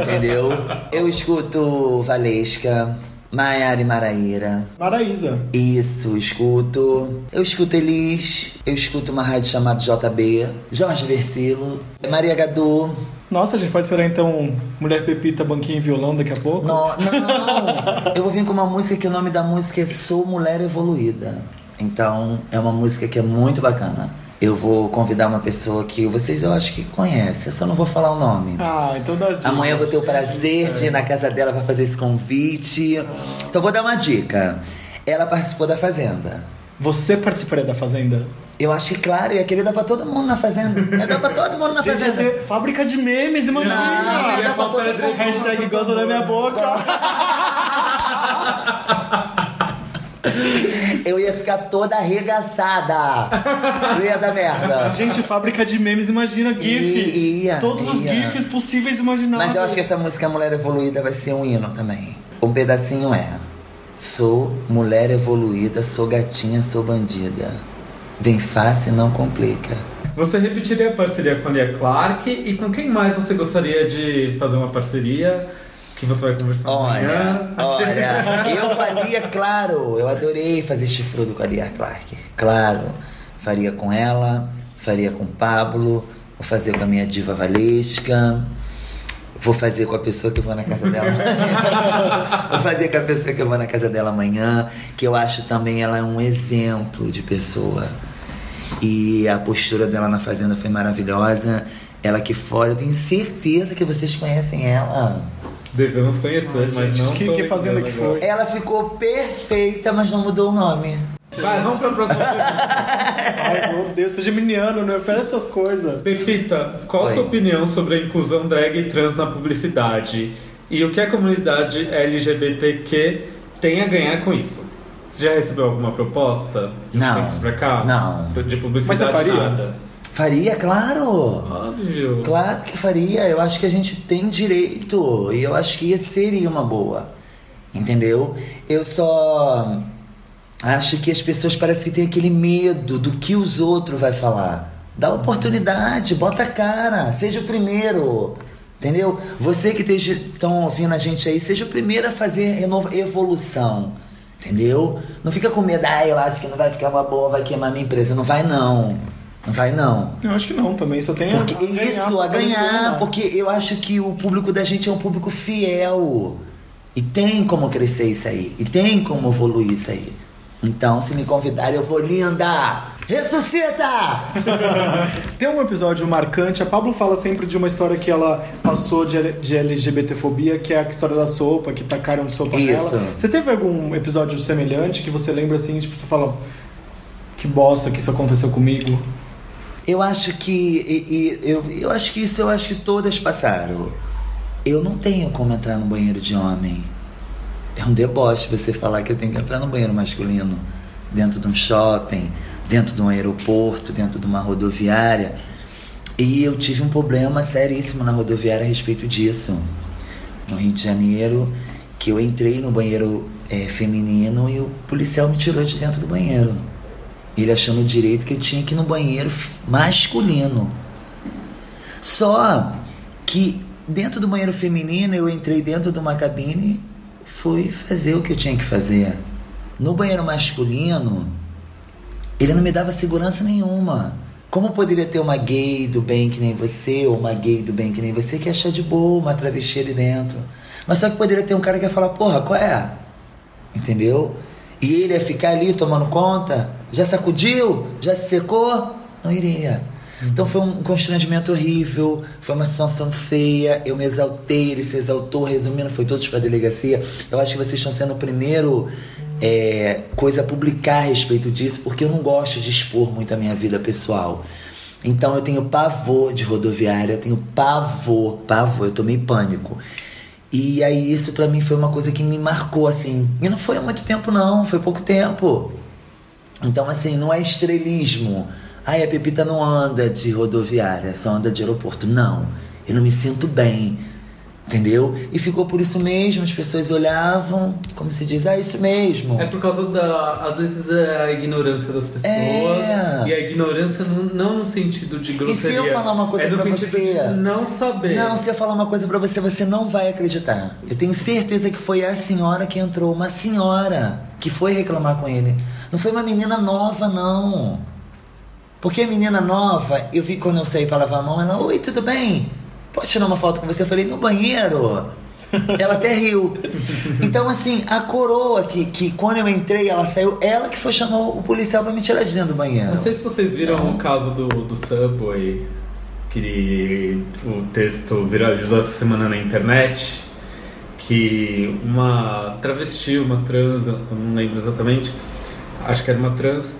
E: entendeu? Eu escuto Valesca, Maiara e Maraíra.
C: Maraísa.
E: Isso, escuto. Eu escuto Elis, eu escuto uma rádio chamada JB, Jorge Versilo, Maria Gadu.
C: Nossa, a gente pode esperar então Mulher Pepita, Banquinho e Violão daqui a pouco?
E: Não, não. Eu vou vir com uma música que o nome da música é Sou Mulher Evoluída. Então, é uma música que é muito bacana. Eu vou convidar uma pessoa que vocês eu acho que conhecem, eu só não vou falar o nome.
C: Ah, então dá as
E: Amanhã eu vou ter o prazer de ir na casa dela pra fazer esse convite. Só vou dar uma dica. Ela participou da Fazenda.
C: Você participaria da Fazenda?
E: Eu acho que, claro, eu ia querer dar pra todo mundo na Fazenda. Ia dar pra todo mundo na
C: Gente, ia
E: Fazenda.
C: ter fábrica de memes, imagina!
E: Não,
F: é
E: ia dar pra todo mundo.
C: Hashtag goza da minha boca.
E: Eu ia ficar toda arregaçada. Eu ia dar merda.
C: Gente, fábrica de memes, imagina GIF.
E: Ia,
C: Todos os
E: ia.
C: GIFs possíveis e imagináveis.
E: Mas eu acho que essa música Mulher Evoluída vai ser um hino também. Um pedacinho é: Sou mulher evoluída, sou gatinha, sou bandida. Vem fácil, não complica.
F: Você repetiria a parceria com a Lia Clark e com quem mais você gostaria de fazer uma parceria? Que você vai conversar
E: Olha,
F: amanhã?
E: olha, eu faria, claro, eu adorei fazer chifrudo com a Lia Clark. Claro, faria com ela, faria com o Pablo, vou fazer com a minha diva Valesca, vou fazer com a pessoa que eu vou na casa dela. vou fazer com a pessoa que eu vou na casa dela amanhã, que eu acho também ela é um exemplo de pessoa. E a postura dela na fazenda foi maravilhosa. Ela aqui fora, eu tenho certeza que vocês conhecem ela.
F: Devemos conhecer, mas não.
C: que,
F: tô
C: que fazenda que
F: lembrando
C: foi?
E: Ela ficou perfeita, mas não mudou o nome.
F: agora. Vai, vamos pra próxima pergunta.
C: Ai, meu Deus, sou geminiano, não oferece essas coisas.
F: Pepita, qual a
E: Oi.
F: sua opinião sobre a inclusão drag e trans na publicidade? E o que a comunidade LGBTQ tem a ganhar com isso? Você já recebeu alguma proposta? De uns
E: Não.
F: tempos pra cá?
E: Não.
F: De publicidade
C: Mas você faria?
F: nada.
E: Faria, claro.
F: Óbvio.
E: Claro que faria. Eu acho que a gente tem direito. E eu acho que ia- seria uma boa. Entendeu? Eu só acho que as pessoas parecem que têm aquele medo do que os outros vai falar. Dá oportunidade, bota a cara, seja o primeiro. Entendeu? Você que estão ouvindo a gente aí, seja o primeiro a fazer reno- evolução. Entendeu? Não fica com medo, ah, eu acho que não vai ficar uma boa, vai queimar minha empresa. Não vai não. Não vai não.
C: Eu acho que não também, só tem
E: Porque isso, a ganhar, porque eu acho que o público da gente é um público fiel. E tem como crescer isso aí. E tem como evoluir isso aí. Então, se me convidarem, eu vou linda! Ressuscita!
C: Tem um episódio marcante, a Pablo fala sempre de uma história que ela passou de, de LGBTfobia, que é a história da sopa, que tacaram sopa
E: Isso.
C: nela. Você teve algum episódio semelhante que você lembra assim, tipo, você fala que bosta que isso aconteceu comigo?
E: Eu acho que. e- e- eu, eu acho que isso eu acho que todas passaram. Eu não tenho como entrar no banheiro de homem. É um deboche você falar que eu tenho que entrar no banheiro masculino. Dentro de um shopping, dentro de um aeroporto, dentro de uma rodoviária. E eu tive um problema seríssimo na rodoviária a respeito disso. No Rio de Janeiro, que eu entrei no banheiro eh, feminino e o policial me tirou de dentro do banheiro. Ele achando direito que eu tinha que ir no banheiro f- masculino. Só que dentro do banheiro feminino eu entrei dentro de uma cabine, fui fazer o que eu tinha que fazer. No banheiro masculino, ele não me dava segurança nenhuma. Como poderia ter uma gay do bem que nem você, ou uma gay do bem que nem você, que ia achar de boa uma travesti ali dentro? Mas só que poderia ter um cara que ia falar, porra, qual é? Entendeu? E ele ia ficar ali tomando conta? Já sacudiu? Já se secou? Não iria. Então foi um constrangimento horrível, foi uma situação feia, eu me exaltei, ele se exaltou, resumindo, foi todos pra delegacia. Eu acho que vocês estão sendo o primeiro é, coisa a publicar a respeito disso, porque eu não gosto de expor muito a minha vida pessoal. Então eu tenho pavor de rodoviária, eu tenho pavor, pavor, eu tomei pânico. E aí isso pra mim foi uma coisa que me marcou, assim. E não foi há muito tempo, não, foi pouco tempo. Então, assim, não é estrelismo. Ai, a Pepita não anda de rodoviária, só anda de aeroporto. Não, eu não me sinto bem. Entendeu? E ficou por isso mesmo, as pessoas olhavam, como se diz, ah, isso mesmo.
H: É por causa da. Às vezes é a ignorância das pessoas.
E: É.
H: E a ignorância não, não no sentido de
E: eu
H: grosseria.
E: falar uma coisa
H: é no
E: pra
H: sentido
E: você?
H: de não saber.
E: Não, se eu falar uma coisa pra você, você não vai acreditar. Eu tenho certeza que foi a senhora que entrou, uma senhora que foi reclamar com ele. Não foi uma menina nova, não. Porque a menina nova, eu vi quando eu saí pra lavar a mão, ela, oi, tudo bem? Posso tirar uma foto com você? Eu falei, no banheiro. Ela até riu. Então, assim, a coroa que, que quando eu entrei, ela saiu, ela que foi chamar o policial pra me tirar de dentro do banheiro.
H: Não sei se vocês viram
E: Então-
H: o caso.
D: caso do, do Subway, que o texto viralizou essa semana na internet, que uma travesti, uma trans, eu não lembro exatamente, acho que era uma trans,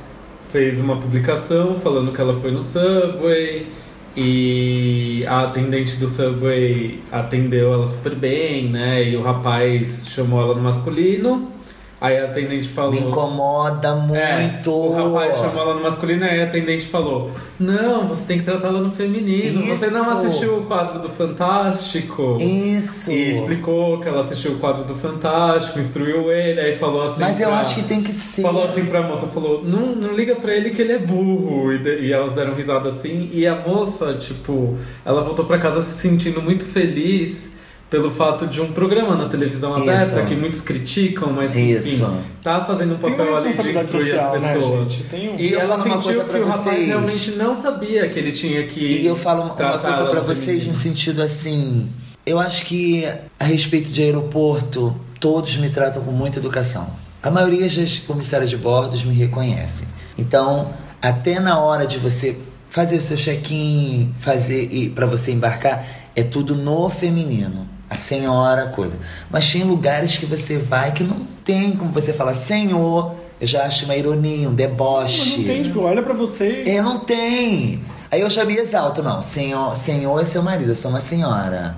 D: fez uma publicação falando que ela foi no Subway e a atendente do Subway atendeu ela super bem, né? E o rapaz chamou ela no masculino. Aí a atendente falou.
E: Me incomoda muito.
D: É, o rapaz chamou ela no masculino e a atendente falou: Não, você tem que tratar ela no feminino. Você não
E: Isso.
D: assistiu o quadro do Fantástico.
E: Isso.
D: E explicou que ela assistiu o quadro do Fantástico, instruiu ele, aí falou assim.
E: Mas eu
D: pra-
E: acho que tem que ser.
D: Falou assim pra moça, falou, não, não liga pra ele que ele é burro. E, de- e elas deram risada assim. E a moça, tipo, ela voltou pra casa se sentindo muito feliz pelo fato de um programa na televisão
E: Isso.
D: aberta que muitos criticam, mas que, enfim,
E: Isso.
D: tá fazendo um
C: Tem uma
D: papel ali de
C: responsabilidade
D: instruir
C: social,
D: as
C: né,
D: pessoas.
C: gente? Tem um-
D: E
E: Eu
D: ela
E: falo
D: sentiu
E: uma coisa
D: que o
E: pra
D: rapaz
E: vocês.
D: realmente não sabia que ele tinha que.
E: E eu falo uma, uma
D: tratar
E: coisa
D: ela
E: pra
D: do
E: vocês no
D: menino.
E: sentido assim. Eu acho que a respeito de aeroporto, todos me tratam com muita educação. A maioria das comissárias de bordos me reconhecem. Então, até na hora de você fazer o seu check-in, fazer e para você embarcar, é tudo no feminino. A senhora, a coisa. Mas tem lugares que você vai que não tem como você falar senhor. Eu já acho uma ironia, um
C: Mas
E: deboche.
C: não tem, tipo, olha pra você e.
E: É, não tem. Aí eu já me exalto, não. Senhor, senhor é seu marido, eu sou uma senhora.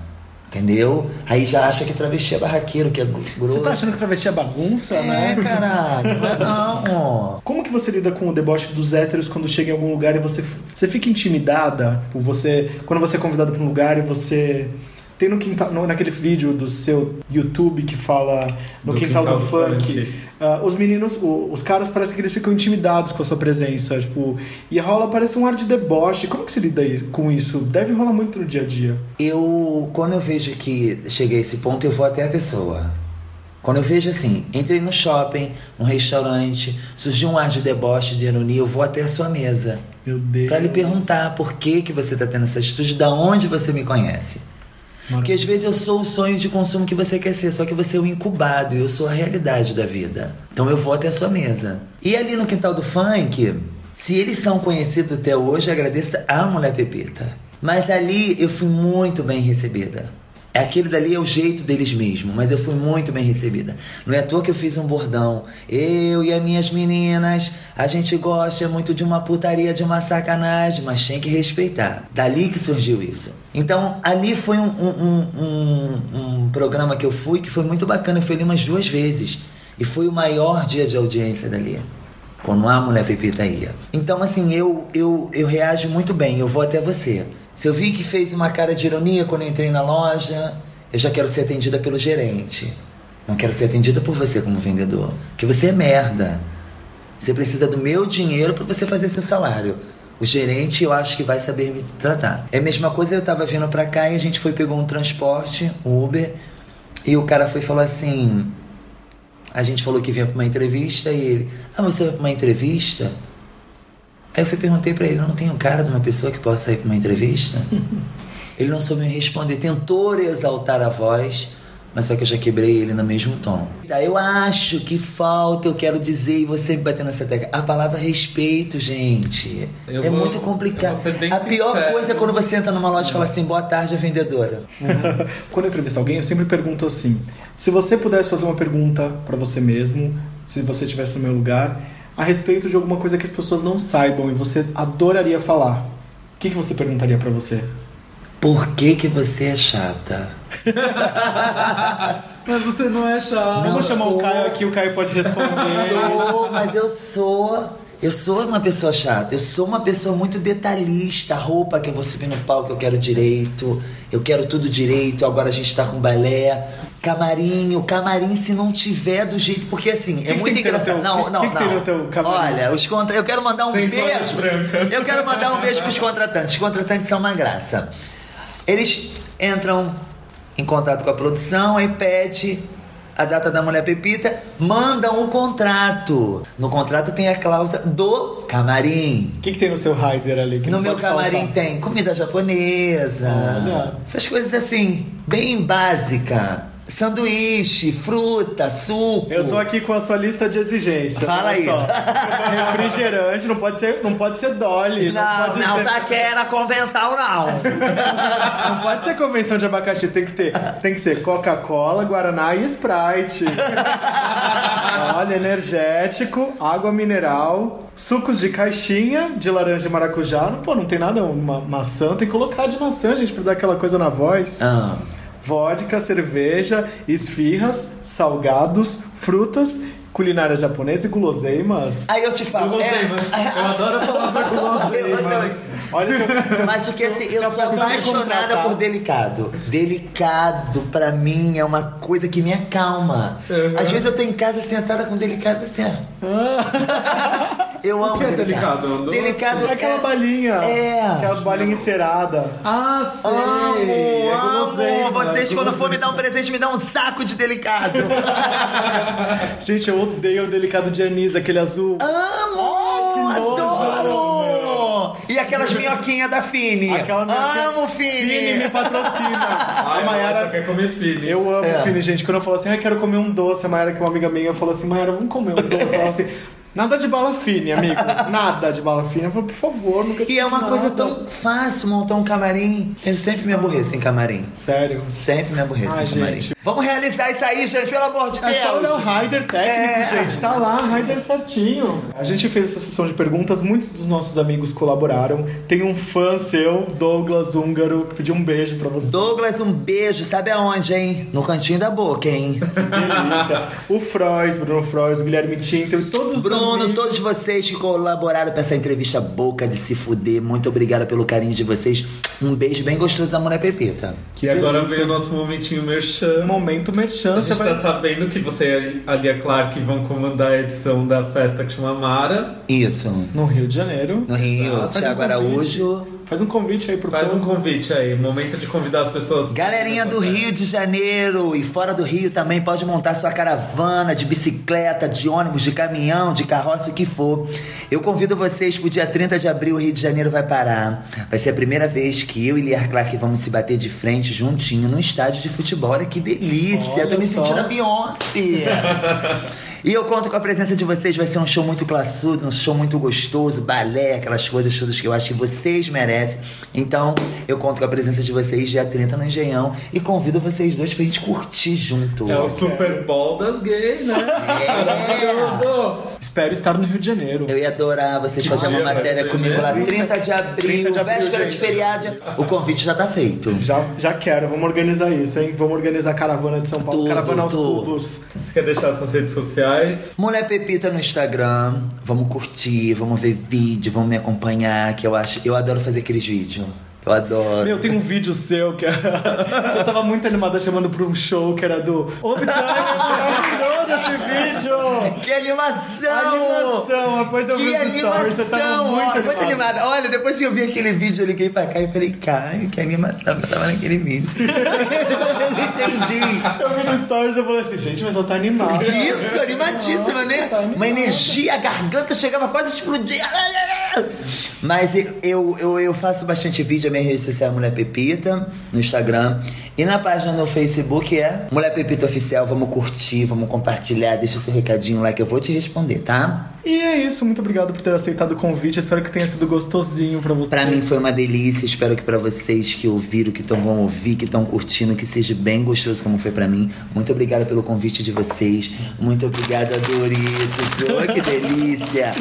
E: Entendeu? Aí já acha que travesti é barraqueiro, que é gru- grosso.
C: Você tá achando que travesti é bagunça,
E: É,
C: né?
E: caralho, não é não.
C: Como que você lida com o deboche dos héteros quando chega em algum lugar e você, você fica intimidada? Tipo, você, quando você é convidado pra um lugar e você. Tem no quintal, no- naquele vídeo do seu YouTube que fala no
D: Do
C: quintal, do
D: Quintal do
C: funk.
D: Funk.
C: ah, os meninos, o- os caras parecem que eles ficam intimidados com a sua presença. Tipo, e rola parece um ar de deboche. Como que se lida aí com isso? Deve rolar muito no dia a dia.
E: Eu, quando eu vejo que cheguei a esse ponto, eu vou até a pessoa. Quando eu vejo assim, entrei no shopping, num restaurante, surgiu um ar de deboche, de ironia, eu vou até a sua mesa.
C: Meu Deus.
E: Pra lhe perguntar por que que você tá tendo essa atitude, da onde você me conhece. Porque às vezes eu sou o sonho de consumo que você quer ser, só que você é o incubado e eu sou a realidade da vida. Então eu vou até a sua mesa. E ali no quintal do funk, se eles são conhecidos até hoje, agradeça a mulher Pepita. Mas ali eu fui muito bem recebida. Aquele dali é o jeito deles mesmo, mas eu fui muito bem recebida. Não é à toa que eu fiz um bordão. Eu e as minhas meninas, a gente gosta muito de uma putaria, de uma sacanagem, mas tem que respeitar. Dali que surgiu isso. Então, ali foi um, um- um- um- um programa que eu fui que foi muito bacana. Eu fui ali umas duas vezes. E foi o maior dia de audiência dali. Quando a mulher pepita ia. Então, assim, eu, eu, eu reajo muito bem, eu vou até você. Se eu vi que fez uma cara de ironia quando eu entrei na loja, eu já quero ser atendida pelo gerente. Não quero ser atendida por você como vendedor. Porque você é merda. Você precisa do meu dinheiro para você fazer seu salário. O gerente, eu acho que vai saber me tratar. É a mesma coisa, eu tava vindo pra cá e a gente foi, pegou um transporte, um Uber, e o cara foi e falou assim: a gente falou que vinha pra uma entrevista e ele, ah, você vai pra uma entrevista? Aí eu fui e perguntei pra ele, não tem um cara de uma pessoa que possa ir pra uma entrevista? ele não soube me responder, tentou exaltar a voz, mas só que eu já quebrei ele no mesmo tom. Tá, Eu acho que falta, eu quero dizer, e você me batendo nessa tecla, a palavra respeito, gente.
D: Eu
E: é
D: vou-
E: muito
D: eu
E: complicado.
D: vou ser bem
E: a pior
D: sincero.
E: coisa é quando você entra numa loja e fala assim, boa tarde, a vendedora.
C: Quando eu entrevisto alguém, eu sempre pergunto assim: se você pudesse fazer uma pergunta pra você mesmo, se você estivesse no meu lugar, a respeito de alguma coisa que as pessoas não saibam e você adoraria falar, o que, que, que você perguntaria pra você?
E: Por que, que você é chata?
D: Mas você não é chato.
C: Eu
E: Não
C: vou chamar o
E: sou.
C: Caio aqui, o Caio pode responder.
E: sou, mas eu sou. Eu sou uma pessoa chata, eu sou uma pessoa muito detalhista, a roupa que eu vou subir no palco eu quero direito, eu quero tudo direito, agora a gente tá com balé, camarim, o camarim se não tiver do jeito, porque assim, é
C: que
E: muito
C: tem que ter no
E: engraçado.
C: teu-
E: não,
C: que-
E: não,
C: que que tem no
E: não.
C: teu camarim?
E: Olha, os contra... eu quero mandar um
F: Sem toalhas
E: beijo.
F: brancas.
E: Eu quero mandar um beijo pros contratantes. Os contratantes são uma graça. Eles entram em contato com a produção, aí pede a data da mulher pepita, mandam um contrato. No contrato tem a cláusula do camarim.
C: O que, que tem no seu rider ali? que
E: No
C: não
E: meu
C: pode faltar?
E: camarim tem comida japonesa,
C: Olha.
E: essas coisas assim, bem básica. Sanduíche, fruta, suco.
C: Eu tô aqui com a sua lista de exigências.
E: Fala
C: olha
E: aí.
C: só. Refrigerante, não pode ser, não pode ser Dolly.
E: Não,
C: pode ser,
E: não, tá taquera convenção não.
C: não pode ser convenção de abacaxi, tem que ter. Tem que ser Coca-Cola, Guaraná e Sprite. Olha, energético, água mineral, sucos de caixinha, de laranja e maracujá. Pô, não tem nada, uma maçã, tem que colocar de maçã, gente, pra dar aquela coisa na voz.
E: Ah.
C: vodka, cerveja, esfirras, salgados, frutas, culinária japonesa e guloseimas.
E: Aí eu te falo. é.
F: Guloseimas. Eu adoro a palavra guloseimas.
C: Olha, se eu- se eu-
E: Mas o que assim,
C: Se a
E: eu sou
C: pessoa me
E: apaixonada
C: contratar-
E: por delicado. Delicado, pra mim, é uma coisa que me acalma. Às vezes eu tô em casa sentada com delicado assim, ó.
C: Ah.
E: Eu amo
D: que é delicado? Um doce?
E: né, Delicado
C: é aquela balinha.
E: É.
C: Aquela balinha encerada.
D: Ah, sei.
E: Amo,
D: É
E: amo.
D: guloseima,
C: é
E: Vocês, quando
D: guloseima.
E: for me dar um presente, me dão um saco de delicado.
C: Gente, eu odeio o delicado de anis, aquele azul.
E: Amo!
C: que nojo.
E: Adoro! E aquelas minhoquinhas da Fini.
C: Aquela minhoquinha-
E: Amo,
C: Fini me patrocina.
F: Ai,
C: a
F: Mayara
C: Mayara
F: só quer comer filho.
C: Eu amo
E: É.
C: Fini, gente. Quando eu falo assim, ah, quero comer um doce, a Mayara, que é uma amiga minha, falou assim, Mayara, vamos comer um doce. Ela falou assim, nada de bala Fini, amigo. Nada de bala Fini. Eu falei, por favor, nunca te
E: E é uma
C: pedi
E: coisa
C: nada.
E: tão fácil montar um camarim. Eu sempre me aborreço em camarim.
C: Sério.
E: Sempre me aborreço
C: Ai,
E: em camarim.
C: gente.
E: Vamos realizar isso aí, gente, pelo amor de
C: É só olhar o
E: Deus.
C: Raider técnico,
E: É.
C: gente. Tá lá, Raider certinho. A gente fez essa sessão de perguntas, muitos dos nossos amigos colaboraram. Tem um fã seu, Douglas Húngaro, que pediu um beijo pra você.
E: Douglas, um beijo, sabe aonde, hein? No cantinho da boca, hein?
C: Delícia. O Frois, Bruno Frois, o Guilherme Tintel e todos os
E: Bruno,
C: amigos.
E: todos vocês que colaboraram pra essa entrevista boca de se fuder, muito obrigada pelo carinho de vocês. Um beijo bem gostoso da Mulher Pepita.
F: E agora
C: delícia.
F: vem o nosso momentinho merchan.
C: Um Momento merchan,
F: A
C: você
F: gente
C: vai...
F: tá sabendo que você é e a Lia Clark vão comandar a edição da festa que chama Mara.
E: Isso.
C: No Rio de Janeiro.
E: No Rio,
F: Exato.
E: Thiago Araújo.
C: Faz um convite aí pro
F: Faz um
C: povo.
F: convite aí, momento de convidar as pessoas.
E: Galerinha do Rio de Janeiro e fora do Rio também pode montar sua caravana de bicicleta, de ônibus, de caminhão, de carroça, o que for. Eu convido vocês pro dia 30 de abril, o Rio de Janeiro vai parar. Vai ser a primeira vez que eu e Liar Clark vamos se bater de frente juntinho num estádio de futebol. Olha que delícia! eu
C: Olha
E: tô me
C: só.
E: sentindo a Beyoncé! E eu conto com a presença de vocês, vai ser um show muito classudo, um show muito gostoso, balé, aquelas coisas todas que eu acho que vocês merecem. Então, eu conto com a presença de vocês dia 30 no Engenhão e convido vocês dois pra gente curtir junto.
F: É o Super Bowl das gays, né?
E: É.
F: Maravilhoso!
C: Espero estar no Rio de Janeiro.
E: Eu ia adorar vocês fazerem
F: dia
E: uma
F: vai
E: matéria
F: ser,
E: comigo
F: né?
E: lá 30 de abril,
C: 30 de abril,
E: véspera de
C: gente.
E: feriado. O convite já tá feito.
C: Já, já quero, vamos organizar isso, hein? Vamos organizar a caravana de São Paulo.
E: Tudo,
C: caravana aos
E: tudo.
C: cubos.
F: Você quer deixar suas redes sociais?
E: Mulher Pepita no Instagram, vamos curtir, vamos ver vídeo, vamos me acompanhar, que eu acho, eu adoro fazer aqueles vídeos. Eu adoro.
C: Meu, tem um vídeo seu que você tava muito animada chamando pra um show que era do. Ô, Vitânia, maravilhoso esse vídeo!
E: Que animação!
C: Animação, depois eu vi
E: Que
C: os stories, você tá tava
E: animação!
C: muito
E: ó, muito
C: animada.
E: animada. Olha, depois que eu vi aquele vídeo, eu liguei pra cá e falei, Caio, que animação que eu tava naquele vídeo. eu não entendi.
C: Eu vi no stories e eu falei assim, gente, mas ela tá animada.
E: Disso, animadíssima, né? Uma energia, a garganta chegava quase a explodir. Mas eu, eu, eu faço bastante vídeo, a minha rede social é Mulher Pepita, no Instagram. E na página no Facebook é Mulher Pepita Oficial, vamos curtir, vamos compartilhar, deixa seu recadinho lá que eu vou te responder, tá?
C: E é isso, muito obrigado por ter aceitado o convite. Espero que tenha sido gostosinho pra você.
E: Pra mim foi uma delícia, espero que pra vocês que ouviram, que tão, vão ouvir, que estão curtindo, que seja bem gostoso como foi pra mim. Muito obrigada pelo convite de vocês. Muito obrigada, Doritos. Oh, que delícia!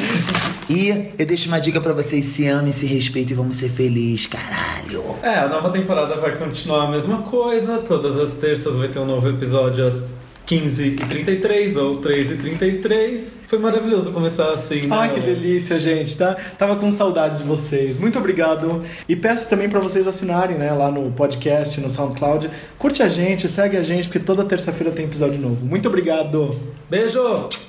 E: E eu deixo uma dica pra vocês, se amem, se respeitem e vamos ser felizes, caralho!
D: É, a nova temporada vai continuar a mesma coisa. Todas as terças vai ter um novo episódio às 15h33 ou 3h33. Foi maravilhoso começar assim. né?
C: Ai, que delícia, gente. Tá? Tava com saudades de vocês. Muito obrigado. E peço também pra vocês assinarem, né, lá no podcast, no SoundCloud. Curte a gente, segue a gente, porque toda terça-feira tem episódio novo. Muito obrigado.
D: Beijo!